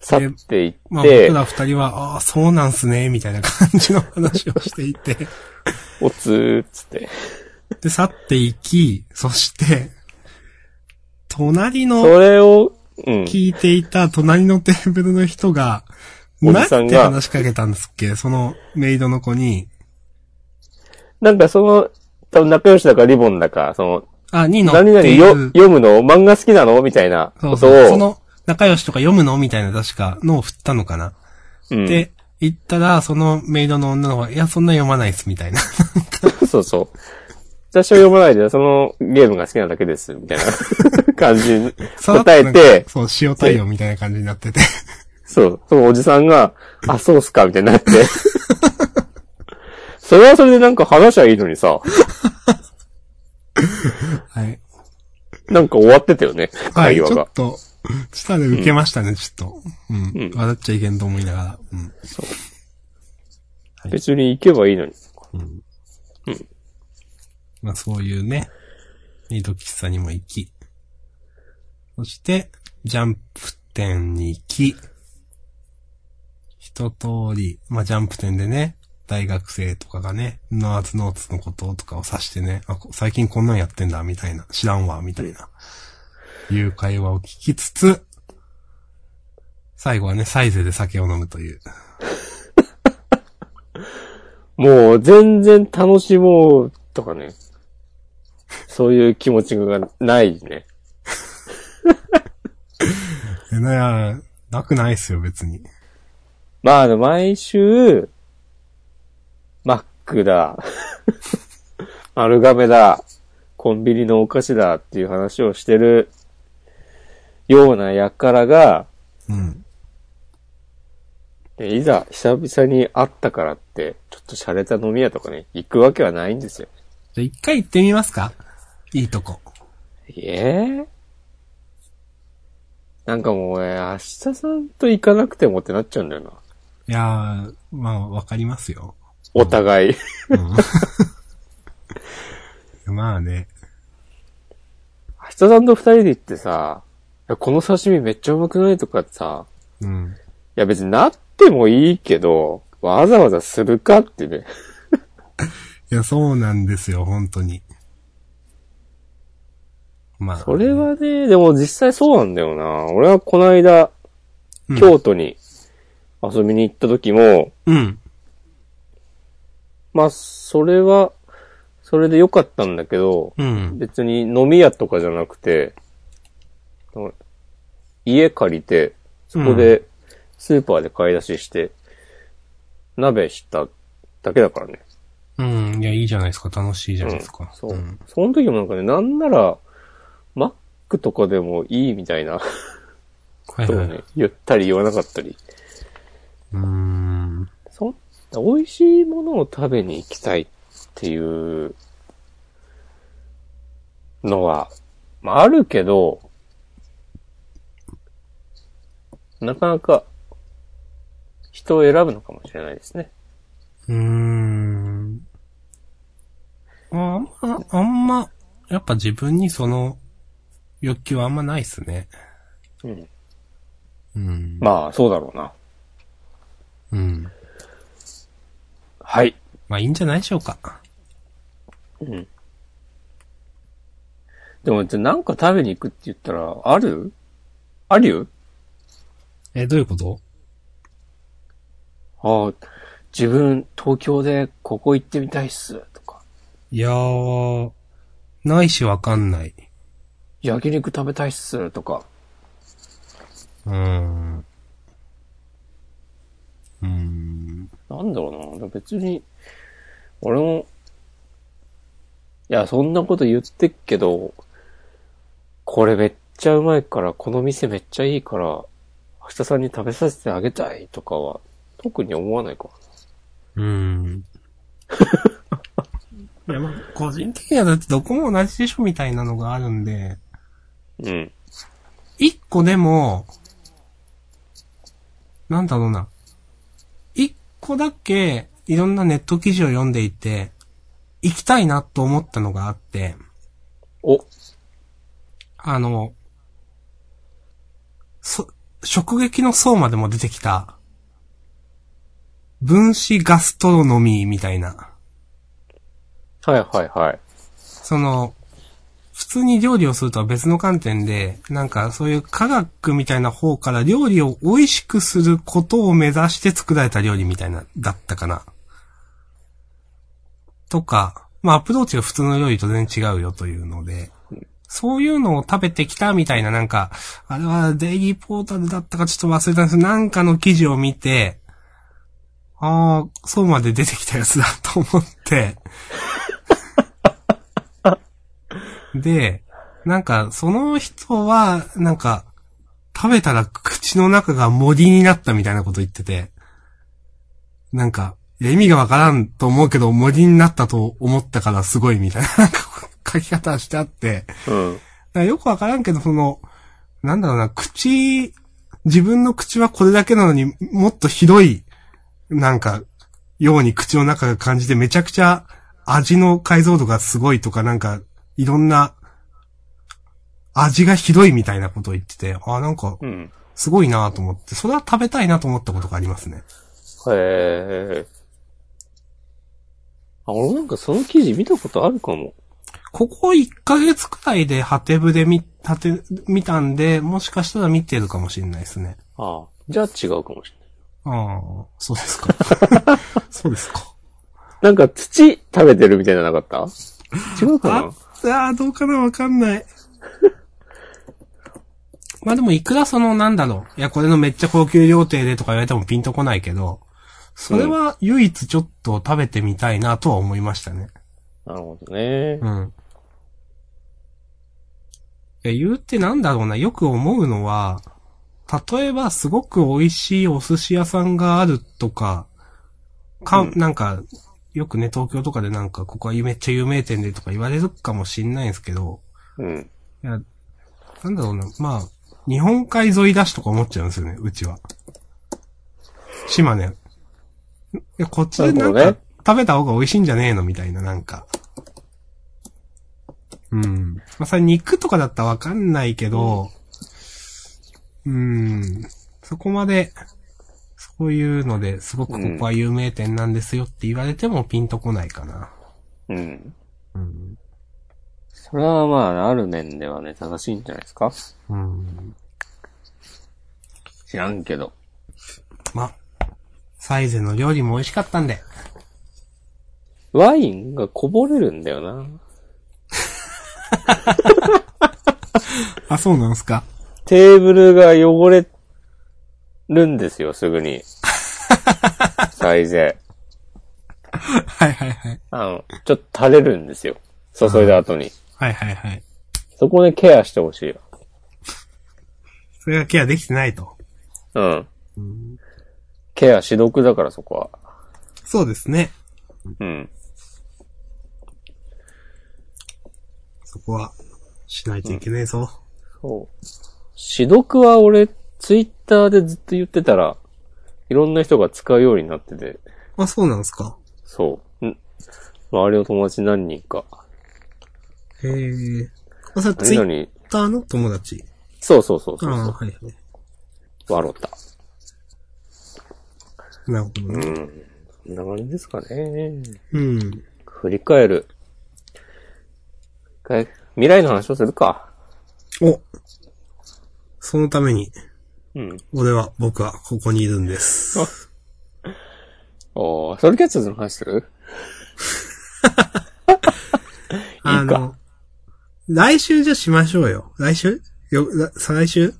Speaker 2: 去っていって、
Speaker 1: まあ僕ら二人は、ああ、そうなんすね、みたいな感じの話をしていて。
Speaker 2: おつーっつって。
Speaker 1: で、去っていき、そして、隣の、
Speaker 2: それを、うん。
Speaker 1: 聞いていた隣のテーブルの人が、
Speaker 2: お
Speaker 1: な
Speaker 2: じさ
Speaker 1: ん
Speaker 2: んが
Speaker 1: て話しかけたんですっけそのメイドの子に、
Speaker 2: なんかその、多分仲良しだかリボンだか、その、
Speaker 1: あ、に乗っ
Speaker 2: 何々
Speaker 1: てい
Speaker 2: よ
Speaker 1: る。
Speaker 2: 読むの漫画好きなのみたいな
Speaker 1: そ
Speaker 2: こ
Speaker 1: う
Speaker 2: と
Speaker 1: そう。そ
Speaker 2: を、
Speaker 1: の、仲良しとか読むのみたいな確かのを振ったのかな。
Speaker 2: うん
Speaker 1: で、行ったら、そのメイドの女の子が、いや、そんな読まないっす、みたいな。
Speaker 2: そうそう。私は読まないで、そのゲームが好きなだけです、みたい
Speaker 1: [laughs]
Speaker 2: な感じに [laughs] 答えて、
Speaker 1: そう、塩対応みたいな感じになってて。
Speaker 2: そう、そのおじさんが、あ、そうっすか、みたいに
Speaker 1: [laughs]
Speaker 2: なって。それはそれでなんか話はいいのにさ、
Speaker 1: はい。
Speaker 2: なんか終わってたよね、
Speaker 1: はい、
Speaker 2: 会
Speaker 1: ち
Speaker 2: 話
Speaker 1: ょ
Speaker 2: が
Speaker 1: っ。と、下で受けましたね、ちょっと。うん。笑っちゃいけんと思いながら。うん。
Speaker 2: 別に行けばいいのに。
Speaker 1: まあ、そういうね、メイド喫茶にも行き。そして、ジャンプ店に行き。一通り、まあ、ジャンプ店でね、大学生とかがね、ノーツノーツのこととかを指してね、あ、こ最近こんなんやってんだ、みたいな、知らんわ、みたいな、いう会話を聞きつつ、最後はね、サイゼで酒を飲むという。
Speaker 2: もう全然楽しもうとかね。そういう気持ちがないね。
Speaker 1: えな、なくないっすよ、別に。
Speaker 2: まああの、毎週、マックだ、 [laughs] 丸亀だ、コンビニのお菓子だっていう話をしてるようなやからが、
Speaker 1: うん。
Speaker 2: いざ久々に会ったからって、ちょっと洒落た飲み屋とかね、行くわけはないんですよ。
Speaker 1: じゃあ、一回行ってみますかいいとこ。
Speaker 2: ええなんかもう俺、明日さんと行かなくてもってなっちゃうんだよな。
Speaker 1: いやー、まあ、わかりますよ。
Speaker 2: お互い。
Speaker 1: まあね。
Speaker 2: 明日さんと二人で行ってさ、いやこの刺身めっちゃうまくないとかってさ、
Speaker 1: うん。
Speaker 2: いや別になってもいいけど、わざわざするかってね。
Speaker 1: いや、そうなんですよ、本当に。まあ。
Speaker 2: [laughs] それはね、でも実際そうなんだよな。俺はこの
Speaker 1: う
Speaker 2: 間、
Speaker 1: ん
Speaker 2: 京都に遊びに行った時も、
Speaker 1: うん。
Speaker 2: まあ、それは、それで良かったんだけど、
Speaker 1: うん。
Speaker 2: 別に飲み屋とかじゃなくて、家借りて、そこでスーパーで買い出しして、鍋しただけだからね。
Speaker 1: うん。いや、いいじゃないですか。楽しいじゃないですか。
Speaker 2: そう。
Speaker 1: ん
Speaker 2: その時もなんかね、なんなら、マックとかでもいいみたいな
Speaker 1: はい
Speaker 2: こと
Speaker 1: はい。
Speaker 2: を
Speaker 1: う
Speaker 2: ね、言ったり言わなかったり。
Speaker 1: ーん。
Speaker 2: そん美味しいものを食べに行きたいっていうのは、まあ、あるけど、なかなか人を選ぶのかもしれないですね。
Speaker 1: うーん。あんま、あんま、やっぱ自分にその欲求はあんまないっすね。
Speaker 2: うん。
Speaker 1: うん。
Speaker 2: まあ、そうだろうな。
Speaker 1: うん。
Speaker 2: はい。
Speaker 1: まあいいんじゃないでしょうか。
Speaker 2: うん。でも、じゃあなんか食べに行くって言ったら、あるあるよ
Speaker 1: え、どういうこと
Speaker 2: ああ、自分、東京でここ行ってみたいっす、とか。
Speaker 1: いやー、ないしわかんない。
Speaker 2: 焼肉食べたいっす、とか。
Speaker 1: うーん。うーん。
Speaker 2: なんだろうな。別に、俺も、いや、そんなこと言ってっけど、これめっちゃうまいから、この店めっちゃいいから、明日さんに食べさせてあげたいとかは、特に思わないか
Speaker 1: うーん。 [laughs] いや、まあ、個人的にはだってどこも同じでしょみたいなのがあるんで、
Speaker 2: な。うん。
Speaker 1: 一個でも、なんだろうな。一個だけ、いろんなネット記事を読んでいて、行きたいなと思ったのがあって、
Speaker 2: お、
Speaker 1: あの、そ、直撃の層までも出てきた、分子ガストロノミーみたいな。
Speaker 2: はいはいはい。
Speaker 1: その、普通に料理をするとは別の観点で、なんかそういう科学みたいな方から料理を美味しくすることを目指して作られた料理みたいな、だったかな。とか、まあアプローチが普通の料理と全然違うよというので、そういうのを食べてきたみたいななんか、あれはデイリーポータルだったかちょっと忘れたんですけど、なんかの記事を見て、ああ、そうまで出てきたやつだと思って、で、なんか、その人は、なんか、食べたら口の中が森になったみたいなこと言ってて、なんか、いや意味がわからんと思うけど、森になったと思ったからすごいみたいな、なんか、書き方してあって、
Speaker 2: うん。
Speaker 1: なんかよくわからんけど、その、なんだろうな、口、自分の口はこれだけなのにもっと広い、なんか、ように口の中が感じて、めちゃくちゃ味の解像度がすごいとか、なんか、いろんな、味がひどいみたいなことを言ってて、あ、なんか、
Speaker 2: うん。
Speaker 1: すごいなと思って、それは食べたいなと思ったことがありますね。
Speaker 2: へえ。あ、俺なんかその記事見たことあるかも。
Speaker 1: ここ1ヶ月くらいでハテブで見、ハテ、見たんで、もしかしたら見てるかもしれないですね。
Speaker 2: ああ。じゃあ違うかもしれない。
Speaker 1: ああ、そうですか。そうですか。
Speaker 2: なんか土食べてるみたいなのなかった違うか
Speaker 1: あ
Speaker 2: な、
Speaker 1: ああ、どうかなわかんない。まあでも、いくらその、なんだろう。いや、これのめっちゃ高級料亭でとか言われてもピンとこないけど、それは唯一ちょっと食べてみたいなとは思いましたね。
Speaker 2: なるほどね。
Speaker 1: うん。いや、言うてなんだろうな。よく思うのは、例えばすごく美味しいお寿司屋さんがあるとか、か、
Speaker 2: うん
Speaker 1: なんか、よくね、東京とかでなんか、ここはめっちゃ有名店でとか言われるかもしんないんですけど、
Speaker 2: うん。
Speaker 1: いや、なんだろうな、まあ、日本海沿いだしとか思っちゃうんですよね、うちは。島根。いや、こっちでなん
Speaker 2: なる
Speaker 1: か
Speaker 2: ほ、
Speaker 1: 食べた方が美味しいんじゃねえのみたいな、なんか。うん。まあ、それ肉とかだったらわかんないけど、うん。そこまで、そういうのですごくここは有名店なんですよって言われてもピンとこないかな。
Speaker 2: うん。
Speaker 1: うん。
Speaker 2: それはまあ、ある面ではね、正しいんじゃないですか
Speaker 1: うん。
Speaker 2: 知らんけど。
Speaker 1: まあ、サイゼの料理も美味しかったんで。
Speaker 2: ワインがこぼれるんだよな。
Speaker 1: [laughs] あ、そうなんすか
Speaker 2: テーブルが汚れるんですよ、すぐ [laughs] に。サイゼ。
Speaker 1: はいはいはい。
Speaker 2: あの、ちょっと垂れるんですよ。注いだ後に。
Speaker 1: はいはいはい。
Speaker 2: そこでケアしてほしいよ。
Speaker 1: それがケアできてないと。
Speaker 2: うん。ケアしどくだから、そこは。
Speaker 1: そうですね。
Speaker 2: うん。
Speaker 1: そこは、しないといけねえぞ。
Speaker 2: そう。しどくは俺、ツイッターでずっと言ってたら、いろんな人が使うようになってて、
Speaker 1: あ、そうなんすか
Speaker 2: そう。ん周りの友達何人か。
Speaker 1: へえ。あ、それツイ
Speaker 2: 何
Speaker 1: ッ
Speaker 2: に
Speaker 1: ターの友達。
Speaker 2: そうそうそう
Speaker 1: あ
Speaker 2: そう
Speaker 1: あ、
Speaker 2: そ
Speaker 1: はいはい。
Speaker 2: う。笑った。
Speaker 1: なるほどね。
Speaker 2: うん。こんな感じですかね。
Speaker 1: うん。
Speaker 2: 振り返る。一回未来の話をするか。
Speaker 1: おそのために、
Speaker 2: うん。
Speaker 1: 俺は、僕は、ここにいるんです。
Speaker 2: おー、ソルキャッツーズの話するか
Speaker 1: あの、来週じゃしましょうよ。来週よ、ら再来週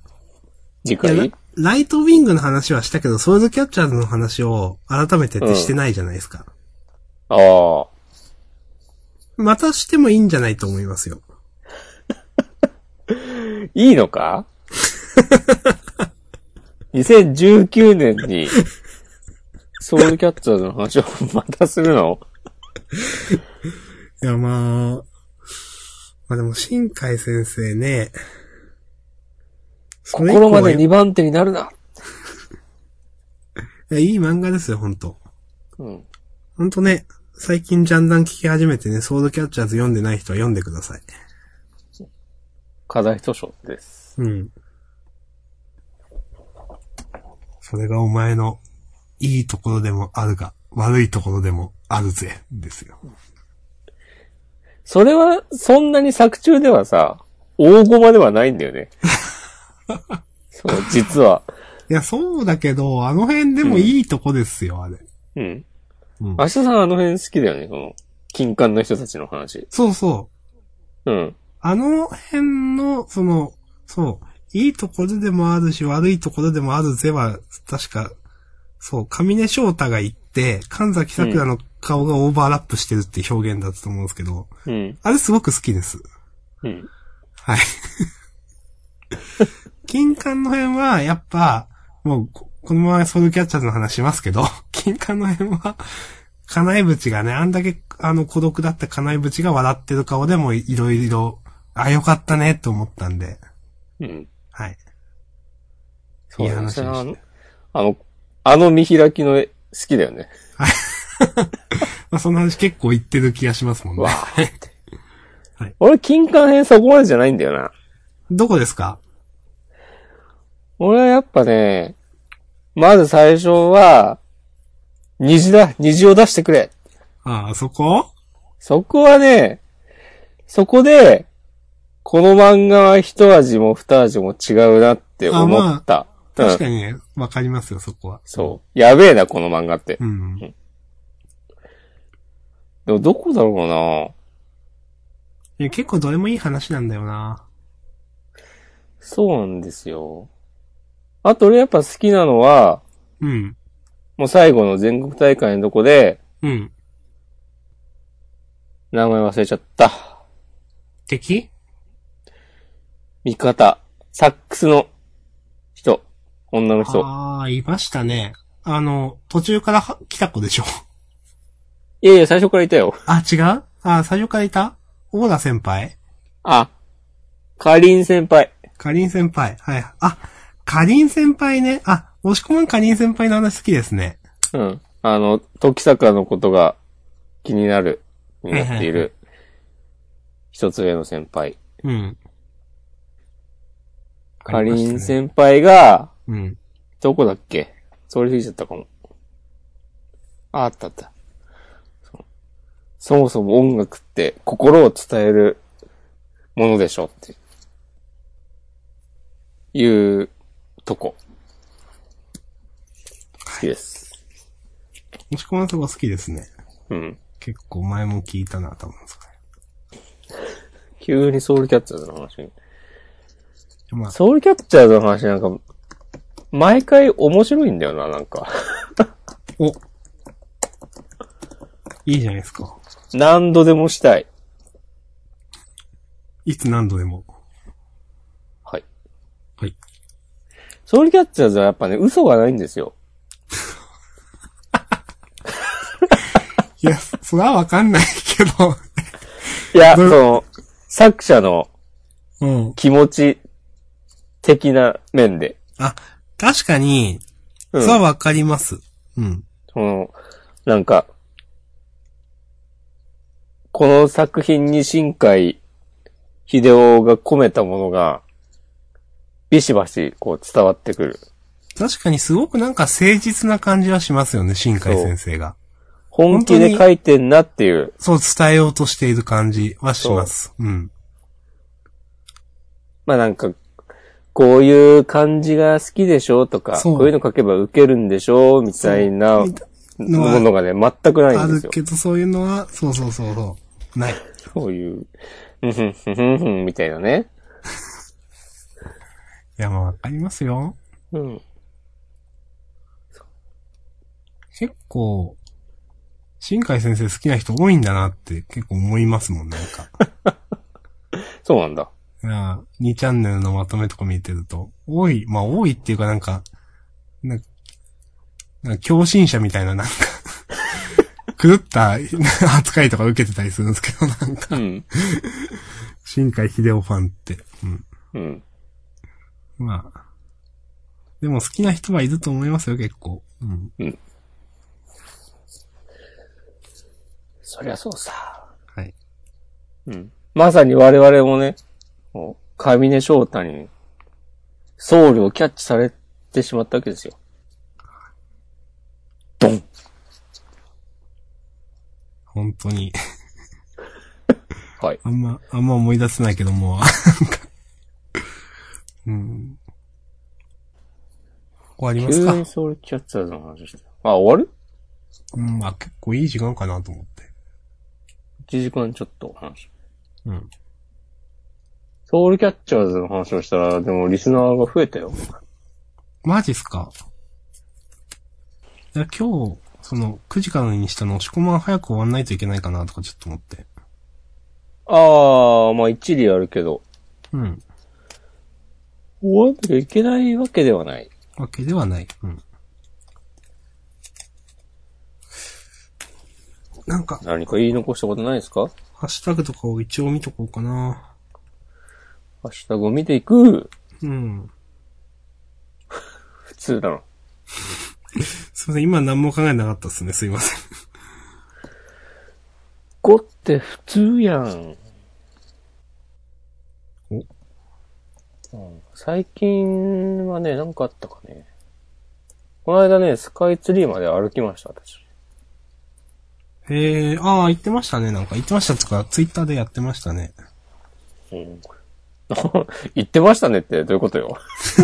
Speaker 1: い
Speaker 2: 次
Speaker 1: や
Speaker 2: 回
Speaker 1: ラライトウィングの話はしたけど、ソウルキャッチャーズの話を改めてってしてないじゃないですか。
Speaker 2: ああ。
Speaker 1: またしてもいいんじゃないと思いますよ。
Speaker 2: いい
Speaker 1: [laughs]
Speaker 2: のか ?2019 年に、ソウルキャッチャーズの話をまたするの
Speaker 1: いや、まあ、まあでも、新海先生ね、それ以降
Speaker 2: 心まで2番手になるな。
Speaker 1: いやいい漫画ですよ、ほんと。
Speaker 2: うん。
Speaker 1: ほんとね、最近ジャンダン聞き始めてね、ソードキャッチャーズ読んでない人は読んでください。
Speaker 2: 課題図書です。
Speaker 1: うん。それがお前のいいところでもあるが、悪いところでもあるぜ、ですよ。
Speaker 2: それは、そんなに作中ではさ、大駒ではないんだ
Speaker 1: [laughs]
Speaker 2: よね。そう、実は。
Speaker 1: いや、そうだけど、あの辺でもいいとこですよ、あれ。
Speaker 2: うん。
Speaker 1: うん。
Speaker 2: 明日さんあの辺好きだよね、この、金管の人たちの話。
Speaker 1: そうそう。
Speaker 2: うん。
Speaker 1: あの辺の、その、そう、いいところでもあるし、悪いところでもあるぜは、確か、そう、上根翔太が言って、神崎桜の顔がオーバーラップしてるっていう表現だったと思うんですけど、
Speaker 2: うん。
Speaker 1: あれすごく好きです。
Speaker 2: うん。
Speaker 1: はい。金管の辺は、やっぱ、もうこ、このままソウルキャッチャーズの話しますけど、 [laughs] 金管の辺は、金井淵がね、あんだけ、あの、孤独だった金井淵が笑ってる顔でもいろいろ、あ、よかったね、と思ったんで、
Speaker 2: うん。
Speaker 1: はい。
Speaker 2: そうだね
Speaker 1: いい話でした
Speaker 2: あの、あの、あの見開きの絵好きだよね。
Speaker 1: まあ、その話結構言ってる気がしますもんね
Speaker 2: わ。
Speaker 1: はい
Speaker 2: 俺、金管編そこまでじゃないんだよな。
Speaker 1: [laughs] どこですか
Speaker 2: 俺はやっぱね、まず最初は、虹だ、虹を出してくれ。
Speaker 1: ああ、そこ
Speaker 2: そこはね、そこで、この漫画は一味も二味も違うなって思った。
Speaker 1: 確
Speaker 2: うん。
Speaker 1: かにね、わかりますよ、そこは。
Speaker 2: そう。やべえな、この漫画って。
Speaker 1: う。うん。
Speaker 2: でもどこだろうない
Speaker 1: や結構どれもいい話なんだよな。
Speaker 2: そうなんですよ。あと俺やっぱ好きなのは、
Speaker 1: うん。
Speaker 2: もう最後の全国大会のとこで、
Speaker 1: うん。
Speaker 2: 名前忘れちゃった。
Speaker 1: 敵
Speaker 2: 味方、サックスの人、女の人。
Speaker 1: ああ、いましたね。あの、途中からは来た子でしょ。
Speaker 2: いやいや、最初からいたよ。
Speaker 1: [laughs] あ、違うあー最初からいたオーラ先輩
Speaker 2: あ、カリン先輩。
Speaker 1: カリン先輩。はい。あ、カリン先輩ね。あ、押し込まんカリン先輩の話好きですね。
Speaker 2: うん。あの、時坂のことが気になる、になってい
Speaker 1: はいはいは
Speaker 2: る、一つ上の先輩。
Speaker 1: うん。
Speaker 2: カリン
Speaker 1: 輩。
Speaker 2: 先輩が、
Speaker 1: うん。
Speaker 2: どこだっけ通り過ぎちゃったかも。あ、あったあった。そうそもそも音楽って心を伝えるものでしょって。いうとこ。好きです。
Speaker 1: もしこまんさんが好きですね。
Speaker 2: うん。
Speaker 1: 結構前も聞いたな、多分それ。
Speaker 2: 急にソウルキャッチャーズの話に。
Speaker 1: まあ、
Speaker 2: ソウルキャッチャーズの話なんか、毎回面白いんだよな、なんか。
Speaker 1: お。いいじゃないですか。
Speaker 2: 何度でもしたい。
Speaker 1: いつ何度でも。
Speaker 2: はい。
Speaker 1: はい。
Speaker 2: ソウルキャッチャーズはやっぱね、嘘がないんですよ。
Speaker 1: いや、それはわかんないけど。
Speaker 2: いや、
Speaker 1: ど
Speaker 2: そ
Speaker 1: う
Speaker 2: の、作者の
Speaker 1: うん。
Speaker 2: 気持ち的な面で。
Speaker 1: あ、確かに、
Speaker 2: う
Speaker 1: それはわかります。うん。
Speaker 2: その、なんか、この作品に新海秀夫が込めたものが、ビシバシこう伝わってくる。
Speaker 1: 確かにすごくなんか誠実な感じはしますよね、新海先生が。
Speaker 2: 本気で書いてんなっていう。
Speaker 1: そう伝えようとしている感じはします。うん。
Speaker 2: まあなんか、こういう感じが好きでしょとか、
Speaker 1: そう
Speaker 2: こういうの書けば受けるんでしょみたいなも
Speaker 1: うのは
Speaker 2: のがね、全くない
Speaker 1: あ
Speaker 2: んで
Speaker 1: る
Speaker 2: すよ。
Speaker 1: けど、そういうのは、そうそうそうそう。ない。
Speaker 2: そういう、うんふんふんふんふんみたいなね。
Speaker 1: いや、まあわかりますよ。
Speaker 2: うん。
Speaker 1: 結構、新海先生好きな人多いんだなって結構思いますもん、なんか。 [laughs]
Speaker 2: そうなん [laughs] だ。
Speaker 1: いや、2チャンネルのまとめとか見てると、多い、まあ多いっていうかなんか、なんか、なんか共振者みたいななんか、 [laughs] 狂った [laughs] 扱いとか受けてたりするんですけど、なんか、
Speaker 2: うん。
Speaker 1: 新海秀夫ファンって。うん。
Speaker 2: うん。
Speaker 1: まあ。でも好きな人はいると思いますよ、結構。うん。
Speaker 2: そりゃそうさ。
Speaker 1: はい。
Speaker 2: うん。まさに我々もね、もう、上根翔太に、僧侶をキャッチされてしまったわけですよ。ドン
Speaker 1: 本当に。
Speaker 2: はい。
Speaker 1: あんま、あんま思い出せないけど、もう、 [laughs] なんか。うん。終わります
Speaker 2: 急
Speaker 1: か
Speaker 2: に僧侶キャッチャーズの話して。あ、終わる
Speaker 1: うん、まあ結構いい時間かなと思って。
Speaker 2: ?1 時間ちょっとお話。
Speaker 1: うん。
Speaker 2: ソウルキャッチャーズの話をしたら、でもリスナーが増えたよ。
Speaker 1: マジっすかいや、今日、その、9時からにしたの、押し込まん早く終わんないといけないかなとかちょっと思って。
Speaker 2: あー、まあ一理あるけど、
Speaker 1: うん。
Speaker 2: 終わんなきゃいけないわけではない。
Speaker 1: わけではない。うん。なんか、
Speaker 2: 何か言い残したことないですか
Speaker 1: ハッシュタグとかを一応見とこうかな。
Speaker 2: ハッシュタグを見ていく。
Speaker 1: うん。
Speaker 2: 普通だな。
Speaker 1: すいません、今何も考えなかったっすね。すいません。
Speaker 2: 5って普通やん。
Speaker 1: お
Speaker 2: うん最近はね、なんかあったかね。この間ね、スカイツリーまで歩きました、私。
Speaker 1: [laughs] えー、ああ、言ってましたね。なんか言ってましたとか、ツイッターでやってましたね。
Speaker 2: うん。 [laughs] 言ってましたねって、どういうことよ。 [laughs]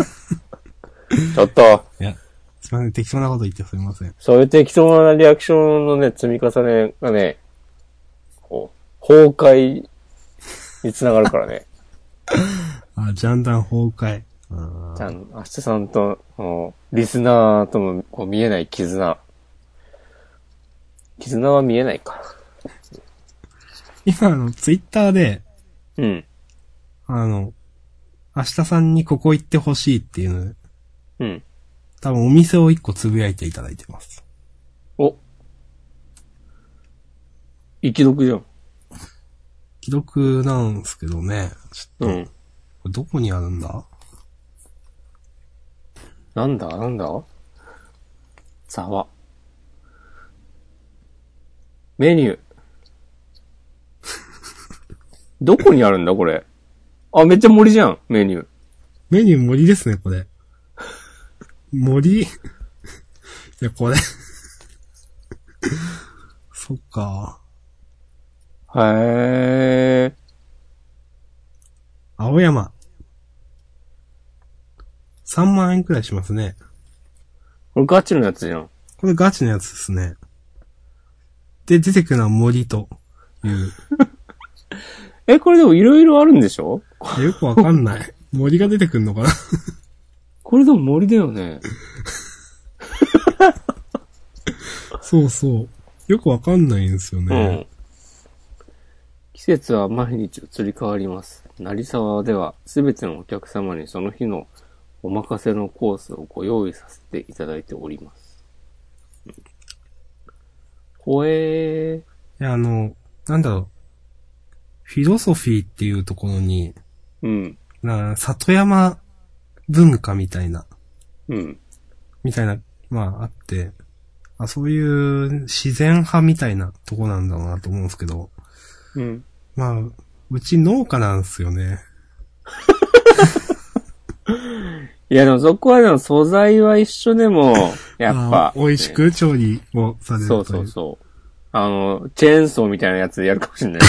Speaker 2: ちょっと、
Speaker 1: いや、すいません、適当なこと言ってすいません。
Speaker 2: そういう適当なリアクションのね、積み重ねがね、こう、崩壊につながるからね。
Speaker 1: あ、ジャンダン崩壊。
Speaker 2: ちゃん、明日さんと、このリスナーとのこう見えない絆。絆は見えないか。
Speaker 1: 今、あの、ツイッターで、
Speaker 2: うん。
Speaker 1: あの、明日さんにここ行ってほしいっていうので、
Speaker 2: うん。
Speaker 1: 多分お店を一個つぶやいていただいてます。
Speaker 2: お。生き毒じゃん。
Speaker 1: 既読なんですけどね。ちょっと、
Speaker 2: うん。
Speaker 1: これどこにあるんだ
Speaker 2: なんだなんだざわ。メニュー。 [laughs] どこにあるんだこれ。あ、めっちゃ森じゃん、メニュー。
Speaker 1: メニュー森ですね、これ。森いや、これ。そっか。
Speaker 2: へえ。
Speaker 1: 青山。3万円くらいしますね。
Speaker 2: これガチのやつじゃん。
Speaker 1: これガチのやつですね。で、出てくるのは森という。
Speaker 2: え、これでもいろいろあるんでしょ
Speaker 1: よくわかんない。 [laughs] 森が出てくるのかな
Speaker 2: これでも森だよね。
Speaker 1: そうそう。よくわかんないんですよ
Speaker 2: う
Speaker 1: ね。
Speaker 2: ん。季節は毎日移り変わります。成沢では、すべてのお客様にその日のお任せのコースをご用意させていただいております。うんほえー。
Speaker 1: であの、なんだろう。フィロソフィーっていうところに、
Speaker 2: うん。
Speaker 1: な里山文化みたいな、
Speaker 2: うん。
Speaker 1: みたいな、まああって、あそういう自然派みたいなとこなんだろうなと思うんですけど、
Speaker 2: うん。
Speaker 1: まあ、うち農家なんですよね。
Speaker 2: いや、でもそこはでも素材は一緒
Speaker 1: [laughs]
Speaker 2: でも、やっぱ
Speaker 1: あ。美味しく調理をされるとい。
Speaker 2: そううそうそう。あの、チェーンソーみたいなやつでやるかもしれない。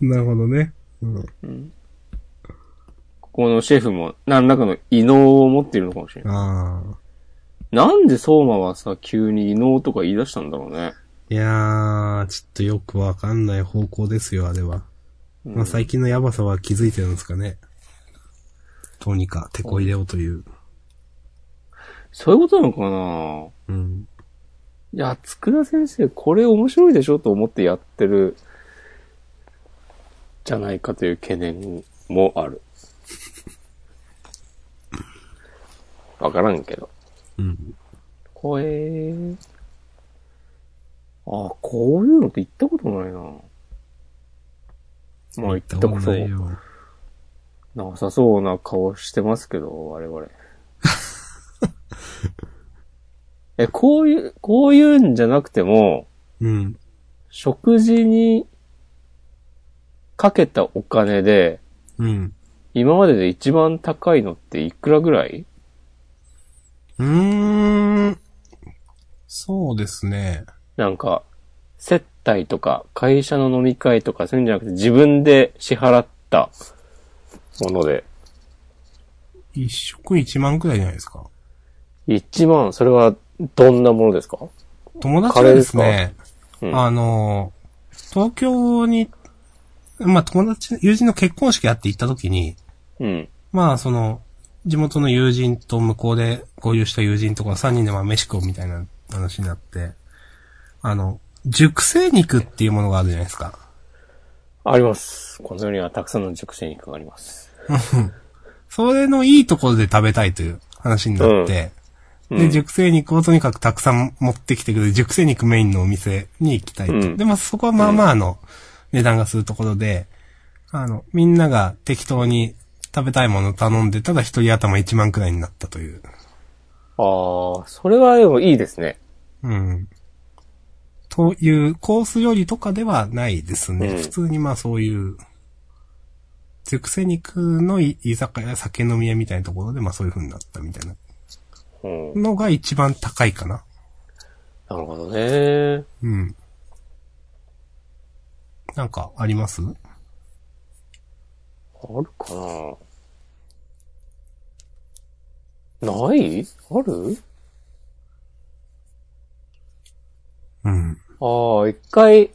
Speaker 1: なるほどね。うん。
Speaker 2: ここのシェフも何らかの異能を持っているのかもしれない。
Speaker 1: ああ。
Speaker 2: なんで相馬はさ、急に異能とか言い出したんだろうね。
Speaker 1: いやー、ちょっとよくわかんない方向ですよ、あれは。
Speaker 2: うん
Speaker 1: まあ最近のヤバさは気づいてるんですかね。どうにか手こ入れをという。
Speaker 2: そういうことなのかな
Speaker 1: うん。
Speaker 2: いや、つく先生、これ面白いでしょと思ってやってる、じゃないかという懸念もある。わからんけど。
Speaker 1: うん。
Speaker 2: 怖えー。あ、こういうのって行ったことないな。まあ行ったこ
Speaker 1: な
Speaker 2: と
Speaker 1: いよ。
Speaker 2: なさそうな顔してますけど、我々。 [laughs] え、こういう、こういうんじゃなくても、
Speaker 1: うん。
Speaker 2: 食事にかけたお金で、
Speaker 1: うん。
Speaker 2: 今までで一番高いのっていくらぐらいう
Speaker 1: ーん。そうですね。
Speaker 2: なんか、接待とか、会社の飲み会とか、そういうんじゃなくて、自分で支払ったもので、
Speaker 1: 一食一万くらいじゃないですか。
Speaker 2: 1万、それはどんなものですか
Speaker 1: 友達がですね、
Speaker 2: カレーですかうん
Speaker 1: あの、東京に、まあ友達、友人の結婚式やって行った時に、
Speaker 2: うん。
Speaker 1: まあ、その、地元の友人と向こうで合流した友人とか3人でまあ飯食おうみたいな話になって、あの、熟成肉っていうものがあるじゃないですか。
Speaker 2: あります。この世にはたくさんの熟成肉があります。
Speaker 1: それのいいところで食べたいという話になって、
Speaker 2: うん
Speaker 1: で、熟成肉をとにかくたくさん持ってきてくれる熟成肉メインのお店に行きたいと。
Speaker 2: うん
Speaker 1: で、まあそこはまあまああの、値段がするところで、あの、みんなが適当に食べたいものを頼んで、ただ一人頭1万くらいになったという。
Speaker 2: ああ、それはでもいいですね。
Speaker 1: うん。という、コース料理とかではないですね。
Speaker 2: うん
Speaker 1: 普通にまあそういう、熟成肉のい居酒屋、酒飲み屋みたいなところでまあそういう風になったみたいな
Speaker 2: うん。
Speaker 1: のが一番高いかな。
Speaker 2: なるほどね。
Speaker 1: うん。なんかあります
Speaker 2: あるかなないある
Speaker 1: うん。
Speaker 2: ああ、一回、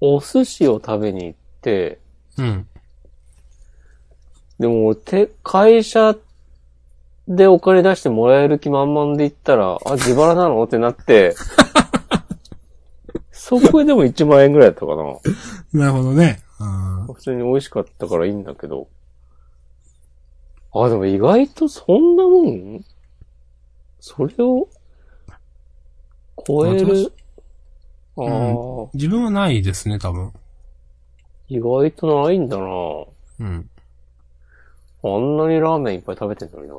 Speaker 2: お寿司を食べに行って、
Speaker 1: うん。
Speaker 2: でも俺、て、会社でお金出してもらえる気満々で行ったら、あ、自腹なのってなって、そこでも1万円ぐらいだったかな。
Speaker 1: なるほどね。あー
Speaker 2: 普通に美味しかったからいいんだけど。あ、でも意外とそんなもんそれを超える。ああ、
Speaker 1: ん自分はないですね、多分。
Speaker 2: 意外とないんだな
Speaker 1: うん。
Speaker 2: あんなにラーメンいっぱい食べてんのにな。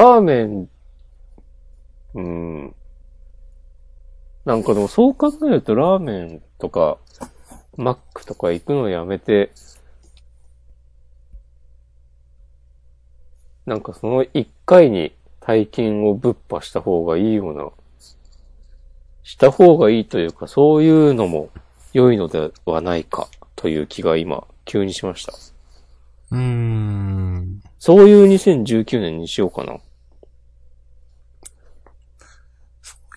Speaker 2: ラーメン、うん。なんかでもそう考えるとラーメンとか、マックとか行くのやめて、なんかその一回に大金をぶっ破した方がいいような、した方がいいというか、そういうのも良いのではないかという気が今、急にしました。
Speaker 1: うーん。
Speaker 2: そういう2019年にしようかな。
Speaker 1: うん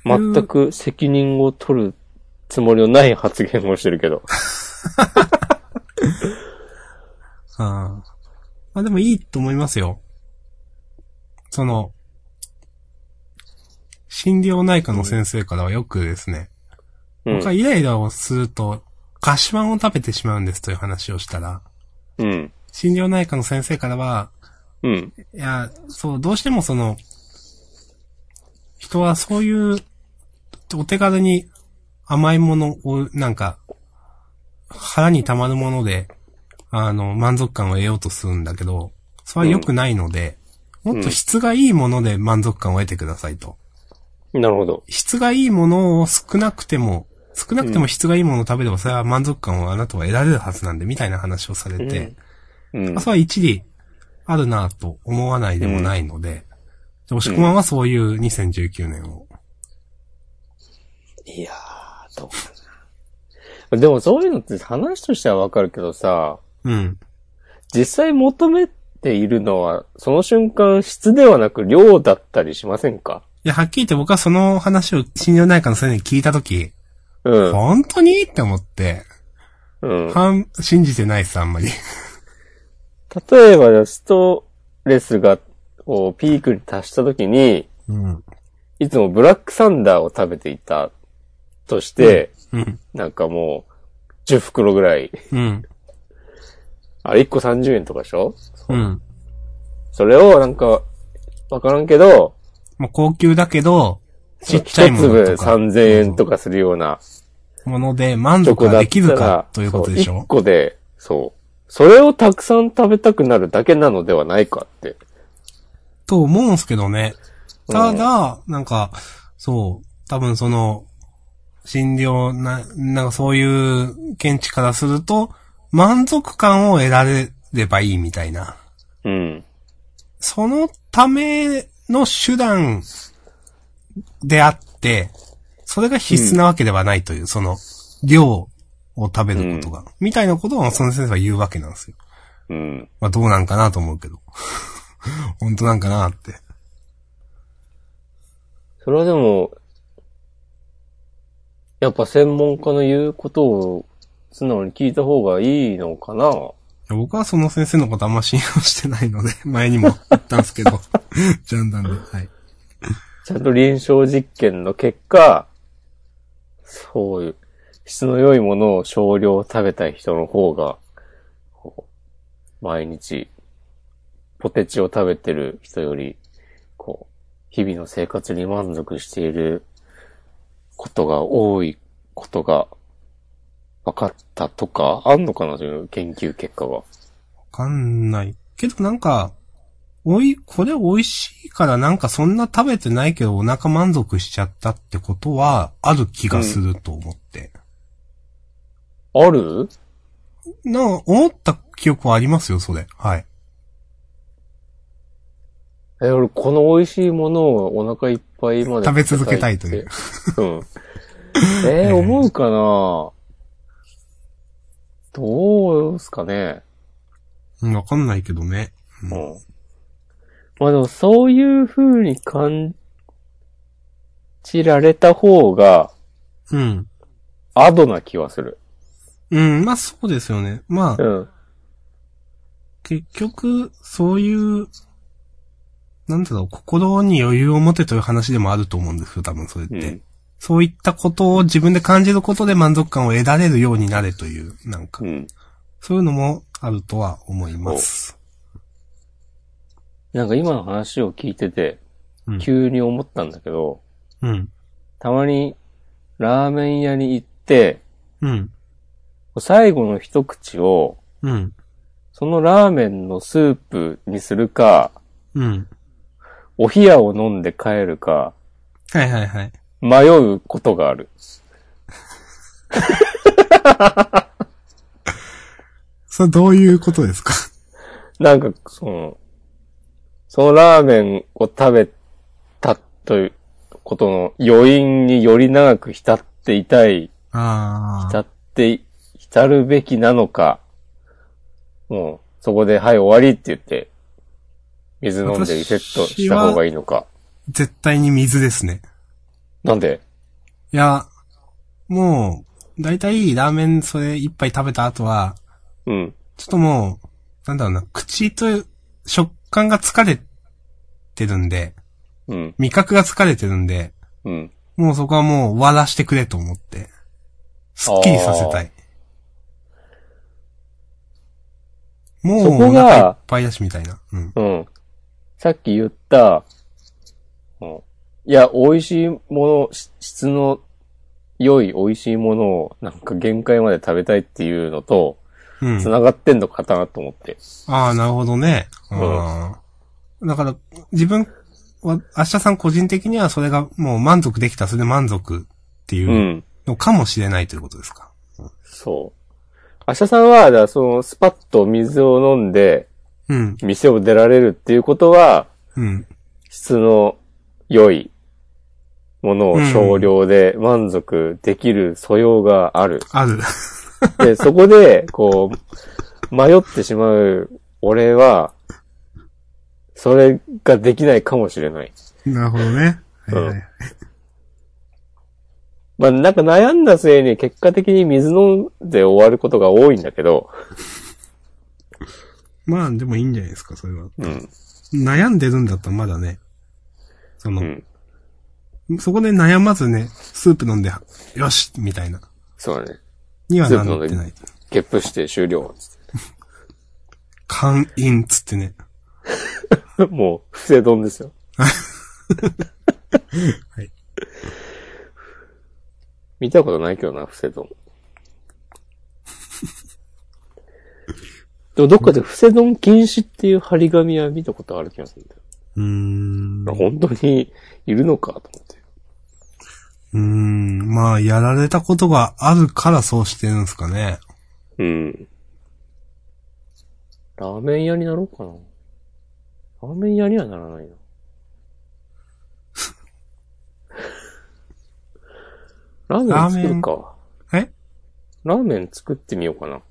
Speaker 2: 全く責任を取るつもりのない発言をしてるけど。
Speaker 1: ああ。まあでもいいと思いますよ。その、心療内科の先生からはよくですね、
Speaker 2: うん
Speaker 1: 僕。はイライラをすると、ガシマンを食べてしまうんですという話をしたら、
Speaker 2: うん。
Speaker 1: 心療内科の先生からは、
Speaker 2: うん。
Speaker 1: いや、そう、どうしてもその、人はそういう、お手軽に甘いものを、なんか、腹に溜まるもので、あの、満足感を得ようとするんだけど、それは良くないので、もっと質がいいもので満足感を得てくださいと。
Speaker 2: なるほど。
Speaker 1: 質がいいものを少なくても、少なくても質がいいものを食べれば、それは満足感をあなたは得られるはずなんで、みたいな話をされて、
Speaker 2: うん
Speaker 1: まあ。それは一理あるなと思わないでもないので、で押し込まんはそういう2019年を。
Speaker 2: いやー、どうかな。でもそういうのって話としてはわかるけどさ、
Speaker 1: うん。
Speaker 2: 実際求めているのは、その瞬間質ではなく量だったりしませんか
Speaker 1: いや、はっきり言って僕はその話を心療内科の先生に聞いたとき、
Speaker 2: うん。
Speaker 1: 本当にって思って、
Speaker 2: うん。
Speaker 1: 半、信じてないです、あんまり。
Speaker 2: 例えば、ストレスが、をピークに達した時に、
Speaker 1: うん。
Speaker 2: いつもブラックサンダーを食べていたとして、
Speaker 1: うん。
Speaker 2: なんかもう、10袋ぐらい、
Speaker 1: うん。
Speaker 2: あれ1個30円とかでしょ
Speaker 1: うん。
Speaker 2: それをなんか、わからんけど、
Speaker 1: もう高級だけど、ちっ
Speaker 2: 一
Speaker 1: ちゃいも
Speaker 2: 粒
Speaker 1: のとか。
Speaker 2: 3000円とかするような
Speaker 1: もので満
Speaker 2: チョ
Speaker 1: 足
Speaker 2: コだっ
Speaker 1: が
Speaker 2: たら、
Speaker 1: できるかということでし
Speaker 2: そう
Speaker 1: ょ
Speaker 2: 一個で、そう。それをたくさん食べたくなるだけなのではないかって。
Speaker 1: と思うんすけどね。ただ、なんか、そう、多分その、診療な、なんかそういう見地からすると、満足感を得られればいいみたいな。
Speaker 2: うん。
Speaker 1: そのための手段であって、それが必須なわけではないという、その、量を食べることが、みたいなことをその先生は言うわけなんですよ。
Speaker 2: うん。
Speaker 1: まあどうなんかなと思うけど。 [laughs] 本当なんかなって。
Speaker 2: それはでも、やっぱ専門家の言うことを素直に聞いた方がいいのかな。
Speaker 1: いや僕はその先生のことあんま信用してないので、 [laughs] 前にも言ったんですけど、 [laughs] ジャンダンで。はい。
Speaker 2: ちゃんと臨床実験の結果、そういう質の良いものを少量食べたい人の方が、こう毎日ポテチを食べてる人より、こう、日々の生活に満足していることが多いことが分かったとか、あんのかなという研究結果が。
Speaker 1: わかんない。けどなんか、おい、これ美味しいからなんかそんな食べてないけどお腹満足しちゃったってことはある気がすると思って。
Speaker 2: ある
Speaker 1: なんか思った記憶はありますよ、それ。はい。
Speaker 2: え、俺、この美味しいものをお腹いっぱいまで
Speaker 1: 食べ続けたいという
Speaker 2: 食べたいって。うん。えー
Speaker 1: [laughs] ええ
Speaker 2: 思うかなどうですかね。
Speaker 1: うんわかんないけどね。
Speaker 2: うん。まあでも、そういう風に感じられた方が、
Speaker 1: うん。
Speaker 2: アドな気はする。
Speaker 1: うん、まあそうですよね。まあ、
Speaker 2: うん。
Speaker 1: 結局、そういう、なんだろう、心に余裕を持てという話でもあると思うんですよ、多分それって。
Speaker 2: うん。
Speaker 1: そういったことを自分で感じることで満足感を得られるようになれという、なんか
Speaker 2: う、ん。
Speaker 1: そういうのもあるとは思います。
Speaker 2: なんか今の話を聞いてて
Speaker 1: うん、
Speaker 2: 急に思ったんだけど、
Speaker 1: うん。
Speaker 2: たまにラーメン屋に行って、
Speaker 1: うん。
Speaker 2: 最後の一口を、
Speaker 1: うん。
Speaker 2: そのラーメンのスープにするか、
Speaker 1: うん。
Speaker 2: お冷やを飲んで帰るか、
Speaker 1: はいはいはい。
Speaker 2: 迷うことがある。
Speaker 1: それどういうことですか
Speaker 2: なんか、その、そのラーメンを食べたということの余韻により長く浸っていたい、
Speaker 1: あ
Speaker 2: 浸
Speaker 1: あ。
Speaker 2: って、浸るべきなのか、もう、そこで、はい、終わりって言って、水飲んでリセットした方がいいのか。
Speaker 1: 絶対に水ですね。
Speaker 2: なんで
Speaker 1: いや、もう、だいたいラーメンそれ一杯食べた後は、
Speaker 2: うん。
Speaker 1: ちょっともう、なんだろうな、口と食感が疲れてるんで、
Speaker 2: うん。
Speaker 1: 味覚が疲れてるんで、
Speaker 2: うん。
Speaker 1: もうそこはもう終わらしてくれと思って、すっきりさせたい。もう
Speaker 2: そこ
Speaker 1: お
Speaker 2: が
Speaker 1: 腹いっぱいだしみたいな。うん。
Speaker 2: うん。さっき言った、うんいや、美味しいもの、し質の良い美味しいものを、なんか限界まで食べたいっていうのと、
Speaker 1: うん。
Speaker 2: 繋がってんのかなと思って。。
Speaker 1: ああ、なるほどね。うん。だから、自分は、明日さん個人的にはそれがもう満足できた、それで満足っていううんのかもしれないということですか。
Speaker 2: そう。明日さんは、だからその、スパッと水を飲んで、
Speaker 1: うん。
Speaker 2: 店を出られるっていうことは、
Speaker 1: うん。
Speaker 2: 質の良いものを少量で満足できる素養がある。
Speaker 1: ある。
Speaker 2: で、そこで、こう、迷ってしまう俺は、それができないかもしれない。
Speaker 1: なるほどね。はいはいはい
Speaker 2: まあ、なんか悩んだ末に結果的に水飲んで終わることが多いんだけど、
Speaker 1: まあ、でもいいんじゃないですか、それは。
Speaker 2: うん。
Speaker 1: 悩んでるんだったらまだね。そうの、
Speaker 2: ん。
Speaker 1: そこで悩まずね、スープ飲んで、よしみたいな。
Speaker 2: そうだね。
Speaker 1: にはなってない。
Speaker 2: ゲップして終了。
Speaker 1: 勘飲っつってね。
Speaker 2: [laughs] もう、不正丼ですよ。
Speaker 1: はい
Speaker 2: 見たことないけどな、不正丼。でもどっかで不正丼禁止っていう張り紙は見たことある気がするんだよ。
Speaker 1: うーん。う
Speaker 2: 本当にいるのかと思って。
Speaker 1: ーん。まあ、やられたことがあるからそうしてるんですかね。
Speaker 2: うん。ラーメン屋になろうかな。ラーメン屋にはなら [laughs] ないな。ラーメン作るか。
Speaker 1: え
Speaker 2: ラーメン作ってみようかな。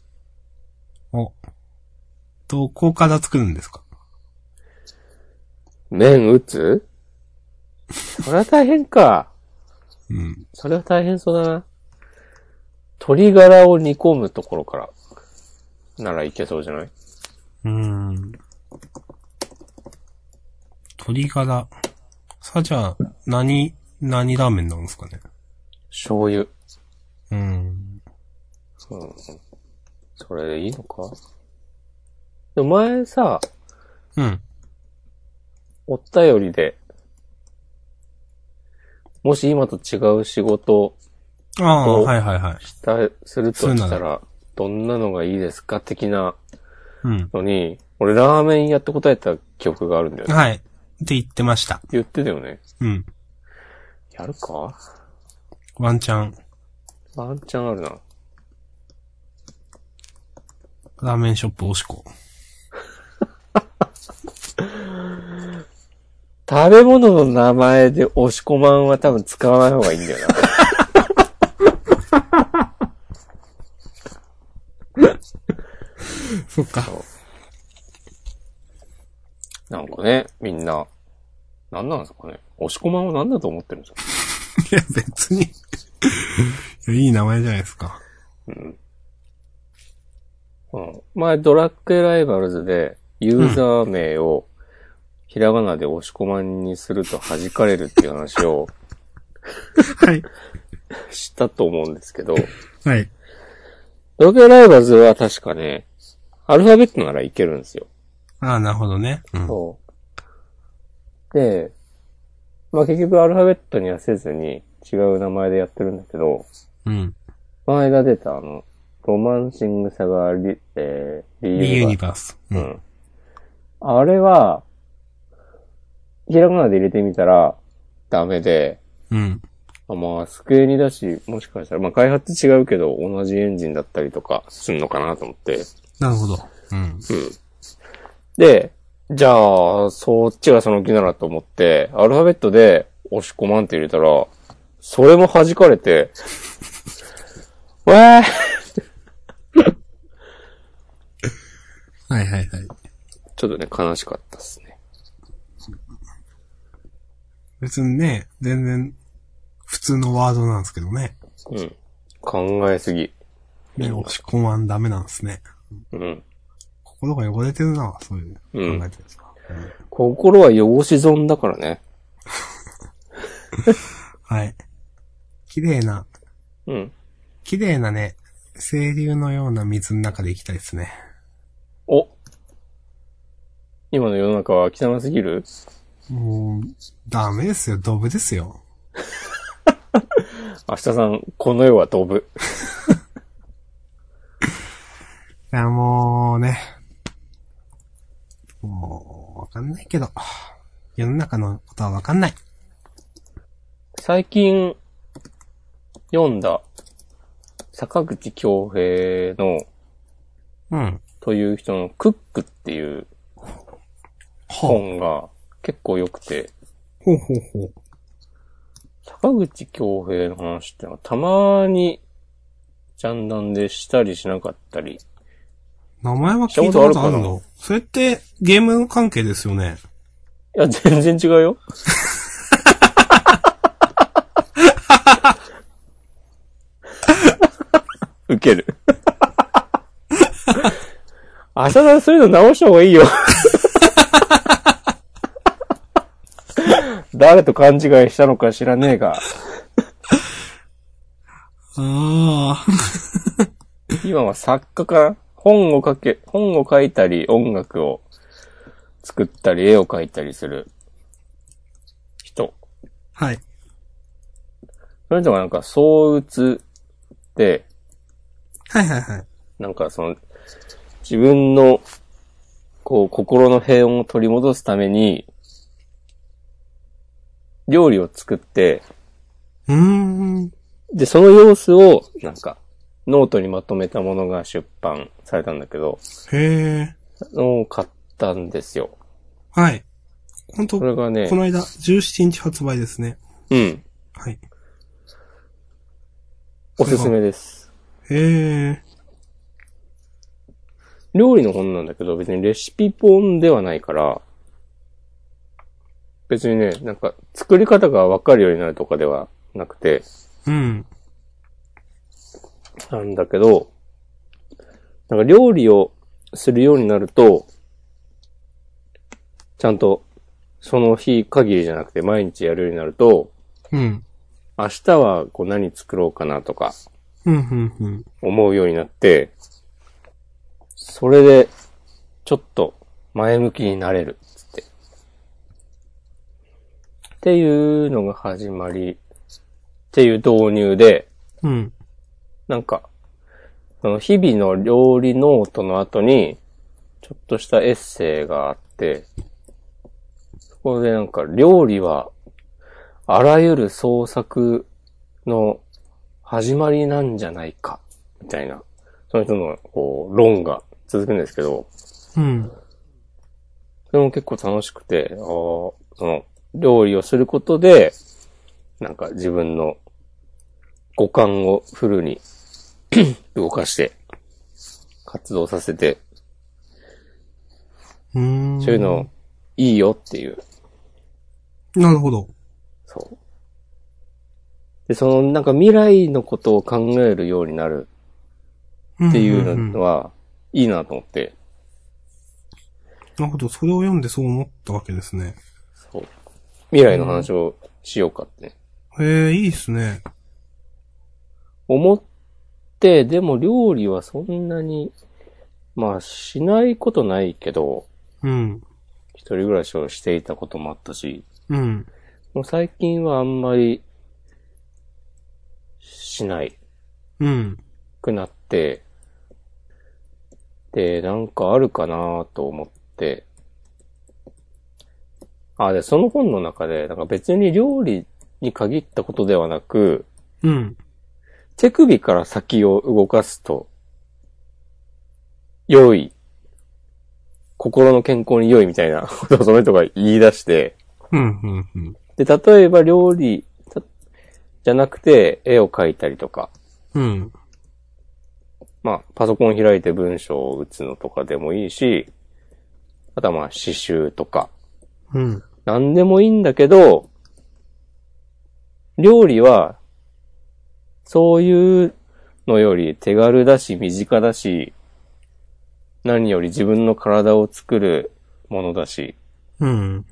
Speaker 1: お。と、こから作るんですか
Speaker 2: 麺打つそれは大変か。
Speaker 1: うん。
Speaker 2: それは大変そうだな。鶏ガラを煮込むところから。ならいけそうじゃないう
Speaker 1: ーん。鶏ガラ。さあじゃあ、何、何ラーメンなんですかね。
Speaker 2: 醤油。
Speaker 1: うん。
Speaker 2: うん。それでいいのかでも前さ、
Speaker 1: うん。
Speaker 2: お便りで、もし今と違う仕事を
Speaker 1: ああ、
Speaker 2: お
Speaker 1: はいはいはい。
Speaker 2: した、するとし
Speaker 1: そ
Speaker 2: た
Speaker 1: うな
Speaker 2: ら、どんなのがいいですか的な
Speaker 1: うん。
Speaker 2: のに、俺ラーメン屋って答えた記憶がある
Speaker 1: [laughs]
Speaker 2: んだよね。
Speaker 1: はい。って言ってました。
Speaker 2: 言ってたよね。
Speaker 1: うん。
Speaker 2: やるか
Speaker 1: ワンチャン、
Speaker 2: ワンチャンあるな。
Speaker 1: ラーメンショップおしこ。
Speaker 2: 食べ物の名前で押し込まんは多分使わない方がいいんだよな。
Speaker 1: そっか。
Speaker 2: なんかね、みんな、なんなんですかね。押し込まんは何だと思ってるんですか
Speaker 1: [laughs] いや、別にいや。いい名前じゃないですか。
Speaker 2: うん。うん。前、ドラッグライバルズで、ユーザー名を、ひらがなで押し込まんにすると弾かれるっていう話を
Speaker 1: はい。
Speaker 2: したと思うんですけど、
Speaker 1: はい。
Speaker 2: ドラッグライバルズは確かね、アルファベットならいけるんですよ。
Speaker 1: ああ、なるほどね。うん。
Speaker 2: そう。で、まあ結局アルファベットにはせずに違う名前でやってるんだけど、
Speaker 1: うん。
Speaker 2: 前が出たあの、ロマンシングさがリ、えー、リ
Speaker 1: リ
Speaker 2: ユ
Speaker 1: ユ
Speaker 2: ニ
Speaker 1: ニ
Speaker 2: バ
Speaker 1: バース。う。
Speaker 2: ー。うんん。あれは、ひらがなで入れてみたらダメで、
Speaker 1: うん。
Speaker 2: まあ、机にだし、もしかしたら、まあ、開発違うけど、同じエンジンだったりとか、すんのかなと思って。
Speaker 1: なるほど。うん。
Speaker 2: うん。で、じゃあ、そっちがその気ならと思って、アルファベットで押し込まんって入れたら、それも弾かれて、わー
Speaker 1: はいはいはい。
Speaker 2: ちょっとね、悲しかったっすね。
Speaker 1: 別にね、全然、普通のワードなんですけどね。
Speaker 2: うん。考えすぎ。
Speaker 1: ね、押し込まんダメなんですね。
Speaker 2: うん。
Speaker 1: 心が汚れてるな、そういう考えてるんですか。うん
Speaker 2: 心は汚し損だからね。
Speaker 1: はい。綺麗な、
Speaker 2: うん。
Speaker 1: 綺麗なね、清流のような水の中で行きたいですね。
Speaker 2: お今の世の中は汚すぎる
Speaker 1: もう、ダメですよ、ドブですよ。
Speaker 2: 明日さん、この世は飛ぶ。
Speaker 1: いや、もうね。もう、わかんないけど。世の中のことはわかんない。
Speaker 2: 最近、読んだ、坂口京平の、
Speaker 1: うん。
Speaker 2: という人のクックっていう
Speaker 1: ほう。
Speaker 2: 本が結構良くて、
Speaker 1: ほうほうほう。
Speaker 2: 坂口京平の話ってのはたまに、ジャンダンでしたりしなかったり、
Speaker 1: 名前は聞いたことある
Speaker 2: したことあ
Speaker 1: のそれって、ゲーム関係ですよね。
Speaker 2: いや、全然違うよ。ウケる。浅田そういうの直した方がいいよ。誰と勘違いしたのか知らねえが、
Speaker 1: ああ。
Speaker 2: 今は作家かな本を書け、本を書いたり、音楽を作ったり、絵を描いたりする人。
Speaker 1: はい。
Speaker 2: その人がなんか、躁うつで、
Speaker 1: はいはいはい。
Speaker 2: なんかその、自分の、こう、心の平穏を取り戻すために、料理を作って、
Speaker 1: うーん。
Speaker 2: で、その様子を、なんか、ノートにまとめたものが出版されたんだけど、
Speaker 1: へえ。
Speaker 2: を買ったんですよ。
Speaker 1: はい。ほんと、
Speaker 2: これ
Speaker 1: こ
Speaker 2: がね、
Speaker 1: の間、17日発売ですね。
Speaker 2: うん、
Speaker 1: はい。
Speaker 2: おすすめです。
Speaker 1: へえ。
Speaker 2: 料理の本なんだけど、別にレシピ本ではないから、別にね、なんか、作り方がわかるようになるとかではなくて、
Speaker 1: うん。
Speaker 2: なんだけど、なんか料理をするようになると、ちゃんとその日限りじゃなくて毎日やるようになると、
Speaker 1: うん。
Speaker 2: 明日はこう何作ろうかなとか
Speaker 1: うん、うん、うん。
Speaker 2: 思うようになって、それでちょっと前向きになれるっつって。っていうのが始まり、っていう導入で、
Speaker 1: うん。
Speaker 2: なんか、その日々の料理ノートの後に、ちょっとしたエッセイがあって、そこでなんか、料理は、あらゆる創作の始まりなんじゃないか、みたいな、その人の、こう、論が続くんですけど、
Speaker 1: うん。
Speaker 2: それも結構楽しくて、あーその、料理をすることで、なんか自分の五感をフルに [clears throat] 動かして、活動させて、
Speaker 1: うーん。
Speaker 2: そういうのいいよっていう、
Speaker 1: なるほど。
Speaker 2: そう。で、そのなんか未来のことを考えるようになるってい
Speaker 1: んん
Speaker 2: うんのは、いいなと思って、
Speaker 1: なるほど。それを読んでそう思ったわけですね。
Speaker 2: そう。未来の話をしようかってね
Speaker 1: へえ、いいっすね。
Speaker 2: 思って、でも料理はそんなに、まあしないことないけど、
Speaker 1: うん。
Speaker 2: 一人暮らしをしていたこともあったし、
Speaker 1: うん。
Speaker 2: もう最近はあんまりしない
Speaker 1: うん。
Speaker 2: くなって、で、なんかあるかなと思って、あ、で、その本の中で、なんか別に料理に限ったことではなく、
Speaker 1: うん。
Speaker 2: 手首から先を動かすと、良い。心の健康に良いみたいな [laughs] ことをその人が言い出して、
Speaker 1: うん。うん。うん。
Speaker 2: で、例えば料理たじゃなくて絵を描いたりとか、
Speaker 1: うん。
Speaker 2: まあ、パソコン開いて文章を打つのとかでもいいし、あとはまあ、刺繍とか、
Speaker 1: うん。
Speaker 2: 何でもいいんだけど、料理は、そういうのより手軽だし、身近だし、何より自分の体を作るものだし、
Speaker 1: うん。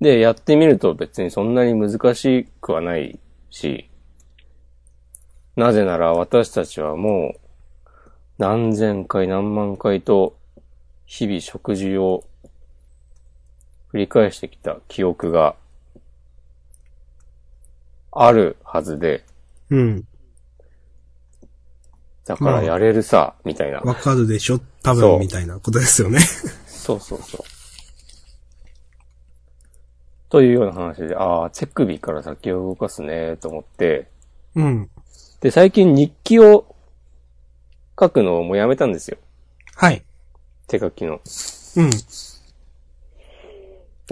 Speaker 2: で、やってみると別にそんなに難しくはないし、なぜなら私たちはもう何千回何万回と日々食事を繰り返してきた記憶があるはずで、
Speaker 1: うん。
Speaker 2: だからやれるさ、みたいな。
Speaker 1: わかるでしょ多
Speaker 2: そ
Speaker 1: 分
Speaker 2: う
Speaker 1: みたいなことですよね。
Speaker 2: そうそうそう。というような話で、ああ、手首から先を動かすね、と思って、
Speaker 1: うん。
Speaker 2: で、最近日記を書くのをもうやめたんですよ。
Speaker 1: はい。
Speaker 2: 手書きの。
Speaker 1: うん。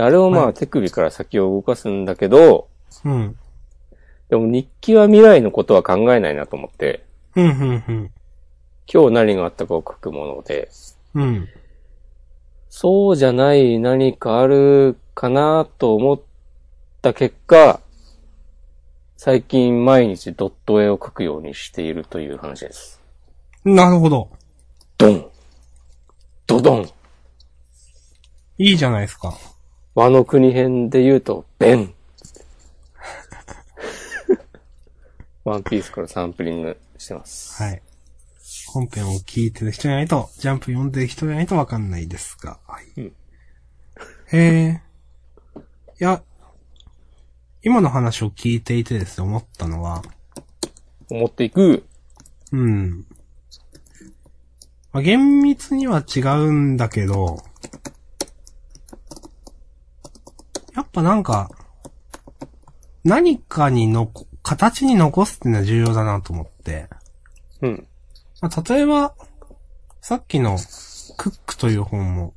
Speaker 2: あれをま
Speaker 1: は
Speaker 2: あ手首から先を動かすんだけど、
Speaker 1: うん。
Speaker 2: でも日記は未来のことは考えないなと思って、
Speaker 1: うん、うん、うん。
Speaker 2: 今日何があったかを書くもので、
Speaker 1: うん。
Speaker 2: そうじゃない何かあるかなと思った結果、最近毎日ドット絵を描くようにしているという話です。
Speaker 1: なるほど。
Speaker 2: ドンドドン
Speaker 1: いいじゃないですか。
Speaker 2: 和の国編で言うと、ベン。ワンピースからサンプリングしてます。
Speaker 1: はい。本編を聞いてる人じゃないと、ジャンプ読んでる人じゃないとわかんないですが。はい。
Speaker 2: うん
Speaker 1: へえ。いや、今の話を聞いていてですね、思ったのは、
Speaker 2: 思っていく。
Speaker 1: うん。まあ、厳密には違うんだけど、やっぱなんか、何かにのこ、形に残すっていうのは重要だなと思って。
Speaker 2: うん。
Speaker 1: まあ、例えば、さっきのクックという本も、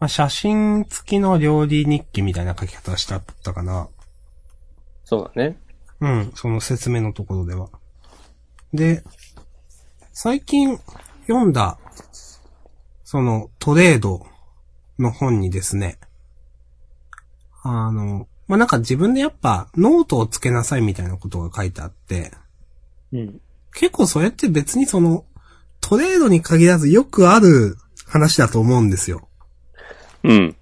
Speaker 1: まあ、写真付きの料理日記みたいな書き方したったかな。
Speaker 2: そうだね。
Speaker 1: うん、その説明のところでは。で、最近読んだ、そのトレードの本にですね、あの、まあ、なんか自分でやっぱノートをつけなさいみたいなことが書いてあって、
Speaker 2: うん。
Speaker 1: 結構それって別にその、トレードに限らずよくある話だと思うんですよ。
Speaker 2: うん。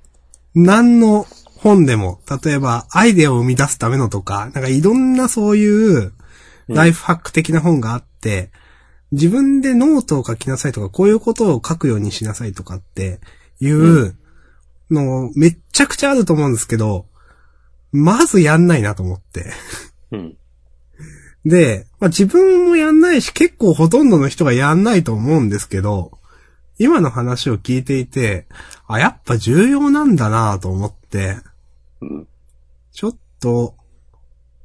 Speaker 1: 何の本でも、例えばアイデアを生み出すためのとか、なんかいろんなそういうライフハック的な本があって、自分でノートを書きなさいとか、こういうことを書くようにしなさいとかっていうのめっちゃくちゃあると思うんですけど、まずやんないなと思って。
Speaker 2: うん。
Speaker 1: で、まあ、自分もやんないし、結構ほとんどの人がやんないと思うんですけど、今の話を聞いていて、あ、やっぱ重要なんだなと思って、
Speaker 2: うん。
Speaker 1: ちょっと、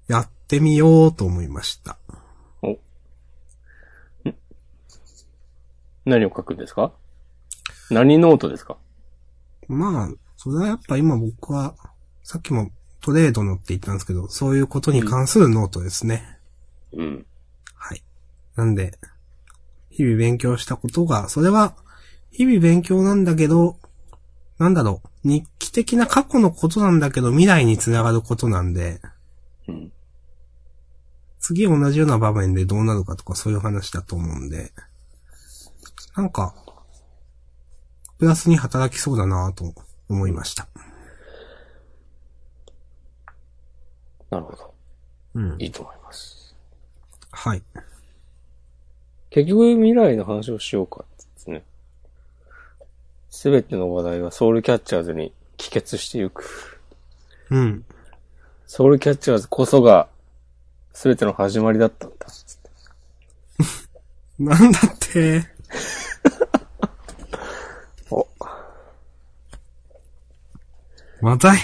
Speaker 1: やってみようと思いました。
Speaker 2: 何を書くんですか何ノートですか
Speaker 1: まあ、それはやっぱ今僕は、さっきもトレードのって言ったんですけど、そういうことに関するノートですね。
Speaker 2: うん。
Speaker 1: はい。なんで、日々勉強したことが、それは、日々勉強なんだけど、なんだろう、日記的な過去のことなんだけど、未来につながることなんで、
Speaker 2: うん。
Speaker 1: 次同じような場面でどうなるかとかそういう話だと思うんで、なんか、プラスに働きそうだなと思いました。
Speaker 2: なるほど。
Speaker 1: うん
Speaker 2: い。いと思います。
Speaker 1: はい。
Speaker 2: 結局未来の話をしようかってですね。すべての話題はソウルキャッチャーズに帰結していく。
Speaker 1: うん。
Speaker 2: ソウルキャッチャーズこそが、すべての始まりだったんだ。
Speaker 1: なんだって、
Speaker 2: お、
Speaker 1: またい。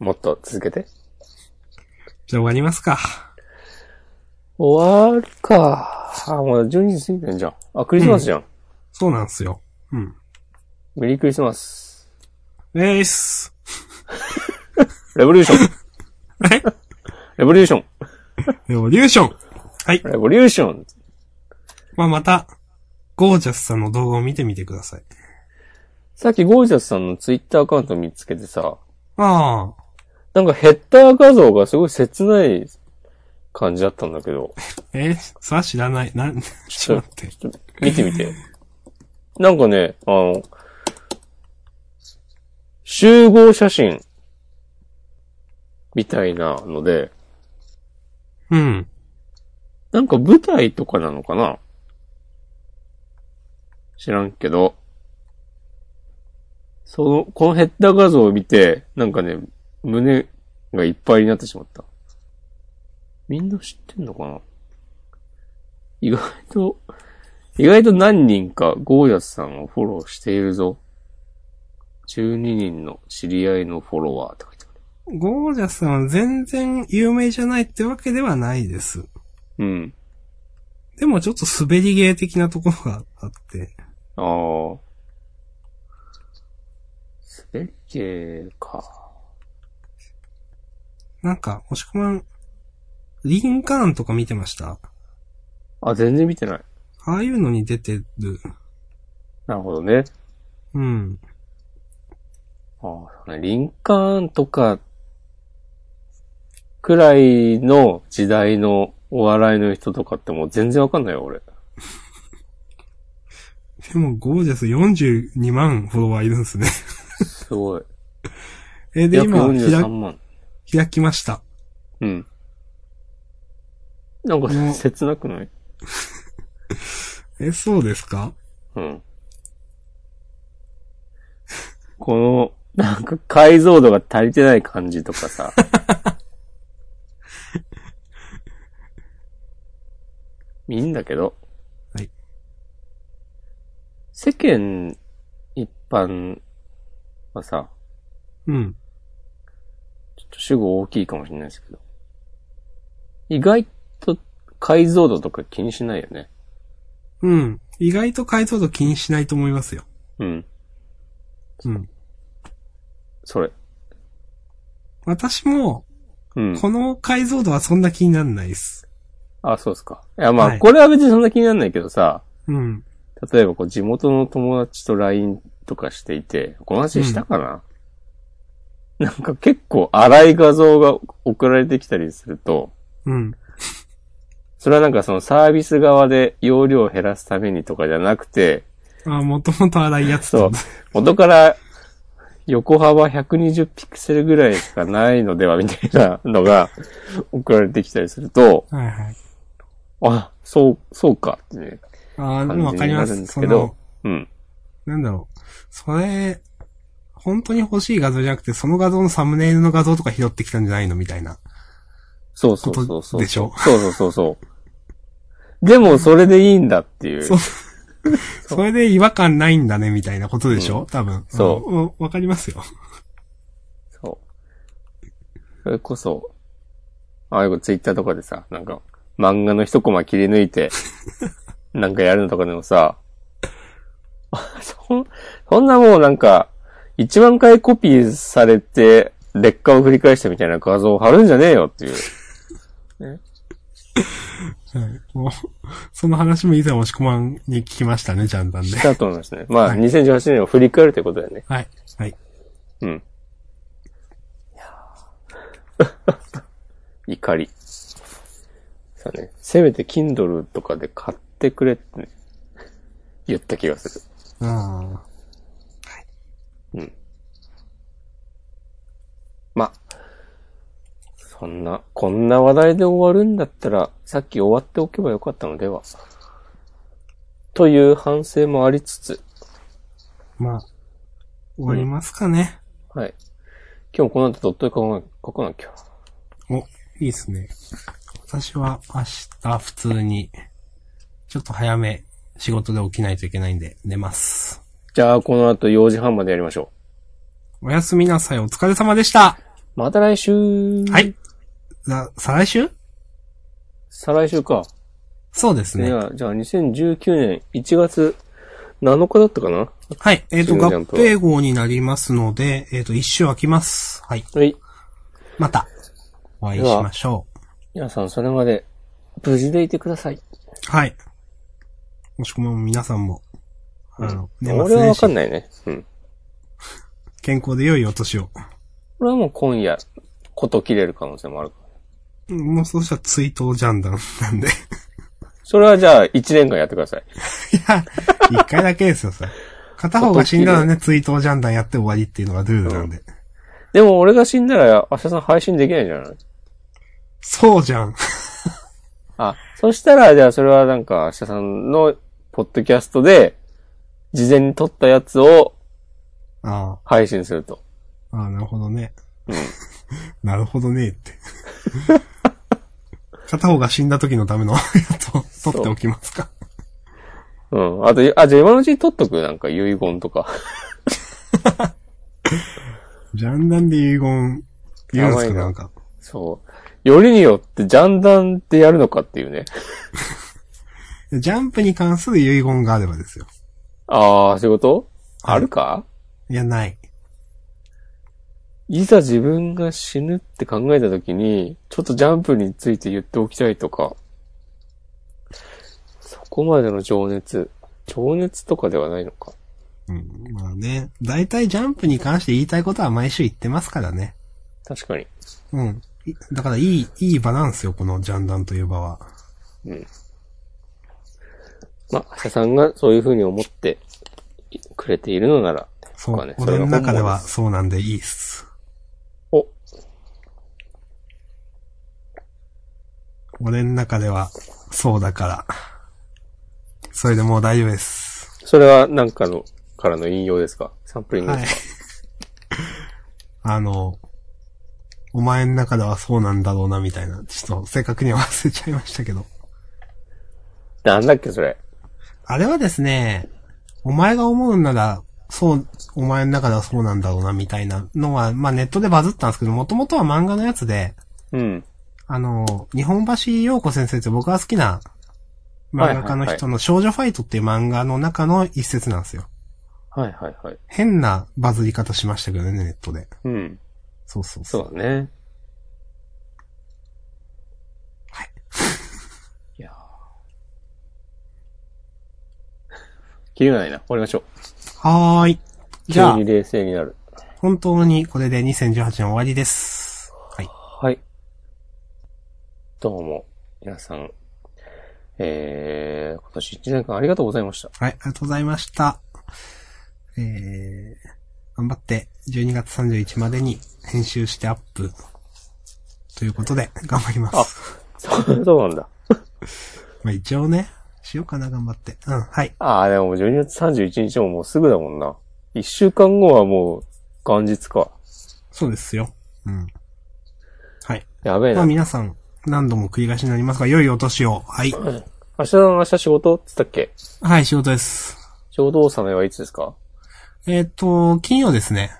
Speaker 2: もっと続けて。
Speaker 1: じゃあ終わりますか。
Speaker 2: 終わるか。あ、まだ12時過ぎてんじゃん。あ、クリスマスじゃん。
Speaker 1: そうなんすよ。うん。
Speaker 2: メリークリスマス。
Speaker 1: えーっす。
Speaker 2: レボリューション。
Speaker 1: はい。
Speaker 2: レボリューション。
Speaker 1: レボリューション。はい。
Speaker 2: レボリューション。
Speaker 1: まあ、また、ゴージャスさんの動画を見てみてください。
Speaker 2: さっきゴージャスさんのツイッターアカウント見つけてさ、
Speaker 1: ああ。
Speaker 2: なんかヘッダー画像がすごい切ない感じだったんだけど、
Speaker 1: え、それは知らない。なん、ちょっと待って。
Speaker 2: 見てみて。なんかね、あの、集合写真、みたいなので、
Speaker 1: うん。
Speaker 2: なんか舞台とかなのかな知らんけど、その、このヘッダー画像を見て、なんかね、胸がいっぱいになってしまった。みんな知ってんのかな意外と、意外と何人かゴーヤスさんをフォローしているぞ。12人の知り合いのフォロワーとか言ってあ
Speaker 1: ゴージャスさんは全然有名じゃないってわけではないです。
Speaker 2: る。うん。
Speaker 1: でもちょっと滑り芸的なところがあって。
Speaker 2: ああ。滑り系か。
Speaker 1: なんか、もしくは、リンカーンとか見てました
Speaker 2: あ、全然見てない。
Speaker 1: ああいうのに出てる。
Speaker 2: なるほどね。
Speaker 1: うん。
Speaker 2: ああ、そうね。リンカーンとか、くらいの時代のお笑いの人とかってもう全然わかんないよ、俺。
Speaker 1: でも、ゴージャス42万フォロワーいるんですね。 [laughs]
Speaker 2: すごい。
Speaker 1: え、で、
Speaker 2: 約
Speaker 1: 今、
Speaker 2: 43
Speaker 1: 開、
Speaker 2: 万。
Speaker 1: 開きました。
Speaker 2: うん。なんか
Speaker 1: もう、
Speaker 2: 切なくない
Speaker 1: え、そうですか
Speaker 2: うん。 [laughs] この、なんか解像度が足りてない感じと
Speaker 1: [laughs]
Speaker 2: かさ。いいんだけど。
Speaker 1: はい。
Speaker 2: 世間一般はさ、
Speaker 1: うん。
Speaker 2: ちょっと主語大きいかもしれないですけど。意外と解像度とか気にしないよね。
Speaker 1: うん。意外と解像度気にしないと思いますよ。
Speaker 2: うん。
Speaker 1: うん。
Speaker 2: それ。
Speaker 1: 私も、
Speaker 2: うん。
Speaker 1: この解像度はそんな気になんないです。
Speaker 2: あ、そうですか。いや、まあ、
Speaker 1: はい
Speaker 2: これは別にそんな気にならないけどさ、
Speaker 1: うん。
Speaker 2: 例えばこう地元の友達と LINE とかしていて、この話したかな、なんか結構荒い画像が送られてきたりすると、
Speaker 1: うん。
Speaker 2: それはなんかそのサービス側で容量を減らすためにとかじゃなくて、
Speaker 1: あ、もともと荒いやつ
Speaker 2: そう
Speaker 1: と。、
Speaker 2: 元から横幅120ピクセルぐらいしかないのではみたいなのが送られてきたりすると、
Speaker 1: [laughs] はいはい。
Speaker 2: あ、そう、そうかってね。
Speaker 1: あーで
Speaker 2: 感じ
Speaker 1: もわかり
Speaker 2: にな
Speaker 1: ま
Speaker 2: るん
Speaker 1: す。
Speaker 2: です
Speaker 1: そ
Speaker 2: けど
Speaker 1: の、、
Speaker 2: うん。
Speaker 1: なんだろう。それ、本当に欲しい画像じゃなくて、その画像のサムネイルの画像とか拾ってきたんじゃないのみたいな。
Speaker 2: そうそうそうそう。
Speaker 1: でしょ
Speaker 2: そうそうそうそう。でも、それでいいんだっていう。
Speaker 1: そうそれで違和感ないんだね、みたいなことでしょ、多分。
Speaker 2: そうん
Speaker 1: うん。わかりますよ。
Speaker 2: そう。それこそ、ああいうツイッターとかでさ、なんか、漫画の一コマ切り抜
Speaker 1: [laughs]
Speaker 2: いて、なんかやるのとかでもさ、あそんそんなもうなんか、1万回コピーされて、劣化を繰り返したみたいな画像を貼るんじゃねえ
Speaker 1: [laughs]
Speaker 2: よっていう。
Speaker 1: はい。もう、その話も以前押し込まんに聞きましたね、ジャンダンで
Speaker 2: し。たと思いますね。まあ、
Speaker 1: はい
Speaker 2: 2018年を振り返るということだよね。
Speaker 1: はい。はい。
Speaker 2: うん。 [laughs] 怒り。さあね、せめて Kindle とかで買ってくれってね、言った気がする。
Speaker 1: あ
Speaker 2: まあ、そんな、こんな話題で終わるんだったら、さっき終わっておけばよかったのでは。という反省もありつつ、
Speaker 1: あ。まあ、終わりますかね。
Speaker 2: はい。今日もこの後ドット絵描かな書かなきゃ。
Speaker 1: お、いいっすね。私は明日普通に、ちょっと早め、仕事で起きないといけないんで、寝ます。
Speaker 2: じゃあ、この後4時半までやりましょ
Speaker 1: おやすみなさい。お疲れ様でした。
Speaker 2: う。また来週
Speaker 1: はい。さ、再来週
Speaker 2: 再来週か。
Speaker 1: そうです
Speaker 2: い
Speaker 1: ね。
Speaker 2: や、じゃあ2019年1月7日だったかな
Speaker 1: はい。えっ、と、
Speaker 2: 次の
Speaker 1: 合
Speaker 2: ジャンプは
Speaker 1: 併号になりますので、えっ、と、一周空きます。はい。
Speaker 2: はい。
Speaker 1: また、お会いしましょ
Speaker 2: 皆さんそれまで無事でいてください。
Speaker 1: う。はい。もしくも皆さんも、あの、
Speaker 2: 俺はわかん
Speaker 1: ない。
Speaker 2: ないね。うん。
Speaker 1: 健康で良いお年を。
Speaker 2: これはもう今夜、こと切れる可能性もある。
Speaker 1: もうそうしたら追悼ジャンダンなんで。い
Speaker 2: それはじゃあ、1年間やってください。
Speaker 1: や、一回だけですよ、それ。片方が死んだらね、追悼ジャンダンやって終わりっていうのがルールなんで。
Speaker 2: でも俺が死んだら、明日さん配信できないんじゃない
Speaker 1: そうじゃん。
Speaker 2: あ、そしたら、じゃあそれはなんか、明日さんの、ポッドキャストで、事前に撮ったやつを
Speaker 1: あ
Speaker 2: 配信すると。
Speaker 1: あ、ああ、なるほどね。 [laughs] なるほどね、って。 [laughs] 片方が死んだ時のための [laughs] やつを取っておきますか。
Speaker 2: うん。あと、あ、じゃあ今のうちに撮っとくなんか遺言とか。
Speaker 1: ジャンダンで遺言言うんす
Speaker 2: やばい
Speaker 1: か、
Speaker 2: な
Speaker 1: なんか。
Speaker 2: そう。よりによって、ジャンダンってやるのかっていうね。
Speaker 1: ジャンプに関する遺言があればですよ。
Speaker 2: ああ、そういうこと
Speaker 1: はい
Speaker 2: あるか
Speaker 1: いや、ない。
Speaker 2: いざ自分が死ぬって考えたときに、ちょっとジャンプについて言っておきたいとか、そこまでの情熱、情熱とかではないのか。
Speaker 1: うん、まあね。大体ジャンプに関して言いたいことは毎週言ってますからね。
Speaker 2: 確かに。
Speaker 1: うん。いだからいい、いいバランスよ、このジャンダンという場は。
Speaker 2: まあ、社さんがそういうふうに思ってくれているのなら、
Speaker 1: そう、
Speaker 2: そうかね
Speaker 1: 俺の
Speaker 2: それが
Speaker 1: 中
Speaker 2: 本
Speaker 1: で
Speaker 2: 望
Speaker 1: は
Speaker 2: で
Speaker 1: そうなんでいいっす。
Speaker 2: お、
Speaker 1: 俺の中ではそうだから。それでもう大丈夫です。
Speaker 2: それはなんかの、からの引用ですかサンプリング
Speaker 1: は
Speaker 2: で
Speaker 1: い
Speaker 2: す。
Speaker 1: [laughs] あの、お前の中ではそうなんだろうな、みたいな。ちょっと正確には忘れちゃいましたけど。
Speaker 2: か、なんだっけそれ。
Speaker 1: あれはですね、お前が思うなら、そう、お前の中ではそうなんだろうな、みたいなのは、まあネットでバズったんですけど、もともとは漫画のやつで、
Speaker 2: うん。
Speaker 1: あの、日本橋陽子先生って僕が好きな漫画家の人の少女ファイトっていう漫画の中の一節なんですよ。
Speaker 2: はいはいはい。
Speaker 1: 変なバズり方しましたけどね、ネットで。
Speaker 2: うん。
Speaker 1: そうそうそう。
Speaker 2: そうだね。
Speaker 1: はい。
Speaker 2: [laughs] いやー切れないな。終わりましょう。
Speaker 1: はーい。じゃあ
Speaker 2: 急に、冷静になる。
Speaker 1: 本当にこれで2018年終わりです。はい。
Speaker 2: はい。どうも、皆さん。えー、今年1年間ありがとうございました。
Speaker 1: はい、ありがとうございました。えー、頑張って、12月31までに編集してアップ。ということで、頑張ります。
Speaker 2: [laughs] そう、そうなんだ。
Speaker 1: まあ一応ね、しようかな、頑張って。うん、はい。
Speaker 2: ああ、でも12月31日ももうすぐだもんな。1週間後はもう、元日か。
Speaker 1: そうですよ。うん。はい。
Speaker 2: やべえ
Speaker 1: ま
Speaker 2: な
Speaker 1: あ。皆さん、何度も繰り返しになりますが、良いお年を。はい。
Speaker 2: 明日の明日仕事って言ったっけ
Speaker 1: はい、仕事です。
Speaker 2: 仕事納めはいつですか
Speaker 1: えっ、と、金曜ですね。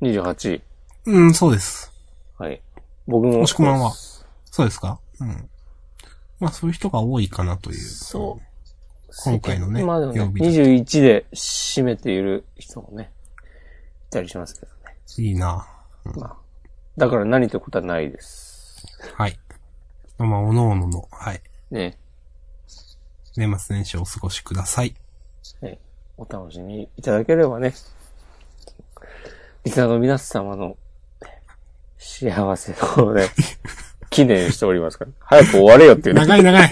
Speaker 2: ?28。
Speaker 1: うん、そうです。
Speaker 2: はい。僕も。
Speaker 1: もしこまんは。そうですかうん。まあそういう人が多いかなという。
Speaker 2: そう。
Speaker 1: 今回のね
Speaker 2: まあでもね、
Speaker 1: 曜日だと
Speaker 2: 21で締めている人もね、いたりしますけどね。
Speaker 1: いいな。
Speaker 2: まあ。だから何ということはないです。
Speaker 1: はい。まあ、おのおのの、はい。
Speaker 2: ね。
Speaker 1: 年末年始お過ごしください。
Speaker 2: ねお楽しみいただければね、リスナーの皆様の幸せ
Speaker 1: [laughs]
Speaker 2: をね、記念しておりますから、早く終われよっていうね。
Speaker 1: 長い長
Speaker 2: [laughs]
Speaker 1: い。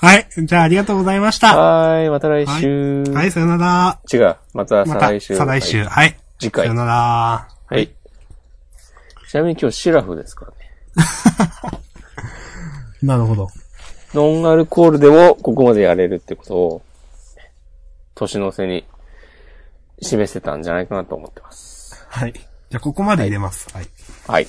Speaker 1: はい。じゃあ、ありがとうございました。
Speaker 2: はーい、また来週。
Speaker 1: はい、さよなら。
Speaker 2: 違う、また
Speaker 1: ま
Speaker 2: 再
Speaker 1: た、
Speaker 2: 来週。
Speaker 1: 再来週。。はい。
Speaker 2: 次
Speaker 1: さ
Speaker 2: 回。
Speaker 1: よ
Speaker 2: は
Speaker 1: なら。
Speaker 2: い。ちなみに今日シラフですからね。
Speaker 1: なるほど。
Speaker 2: ノンアルコールでもここまでやれるってことを、年の瀬に示せたんじゃないかなと思ってます。
Speaker 1: はい。じゃあ、ここまで入れます。はい。
Speaker 2: はい。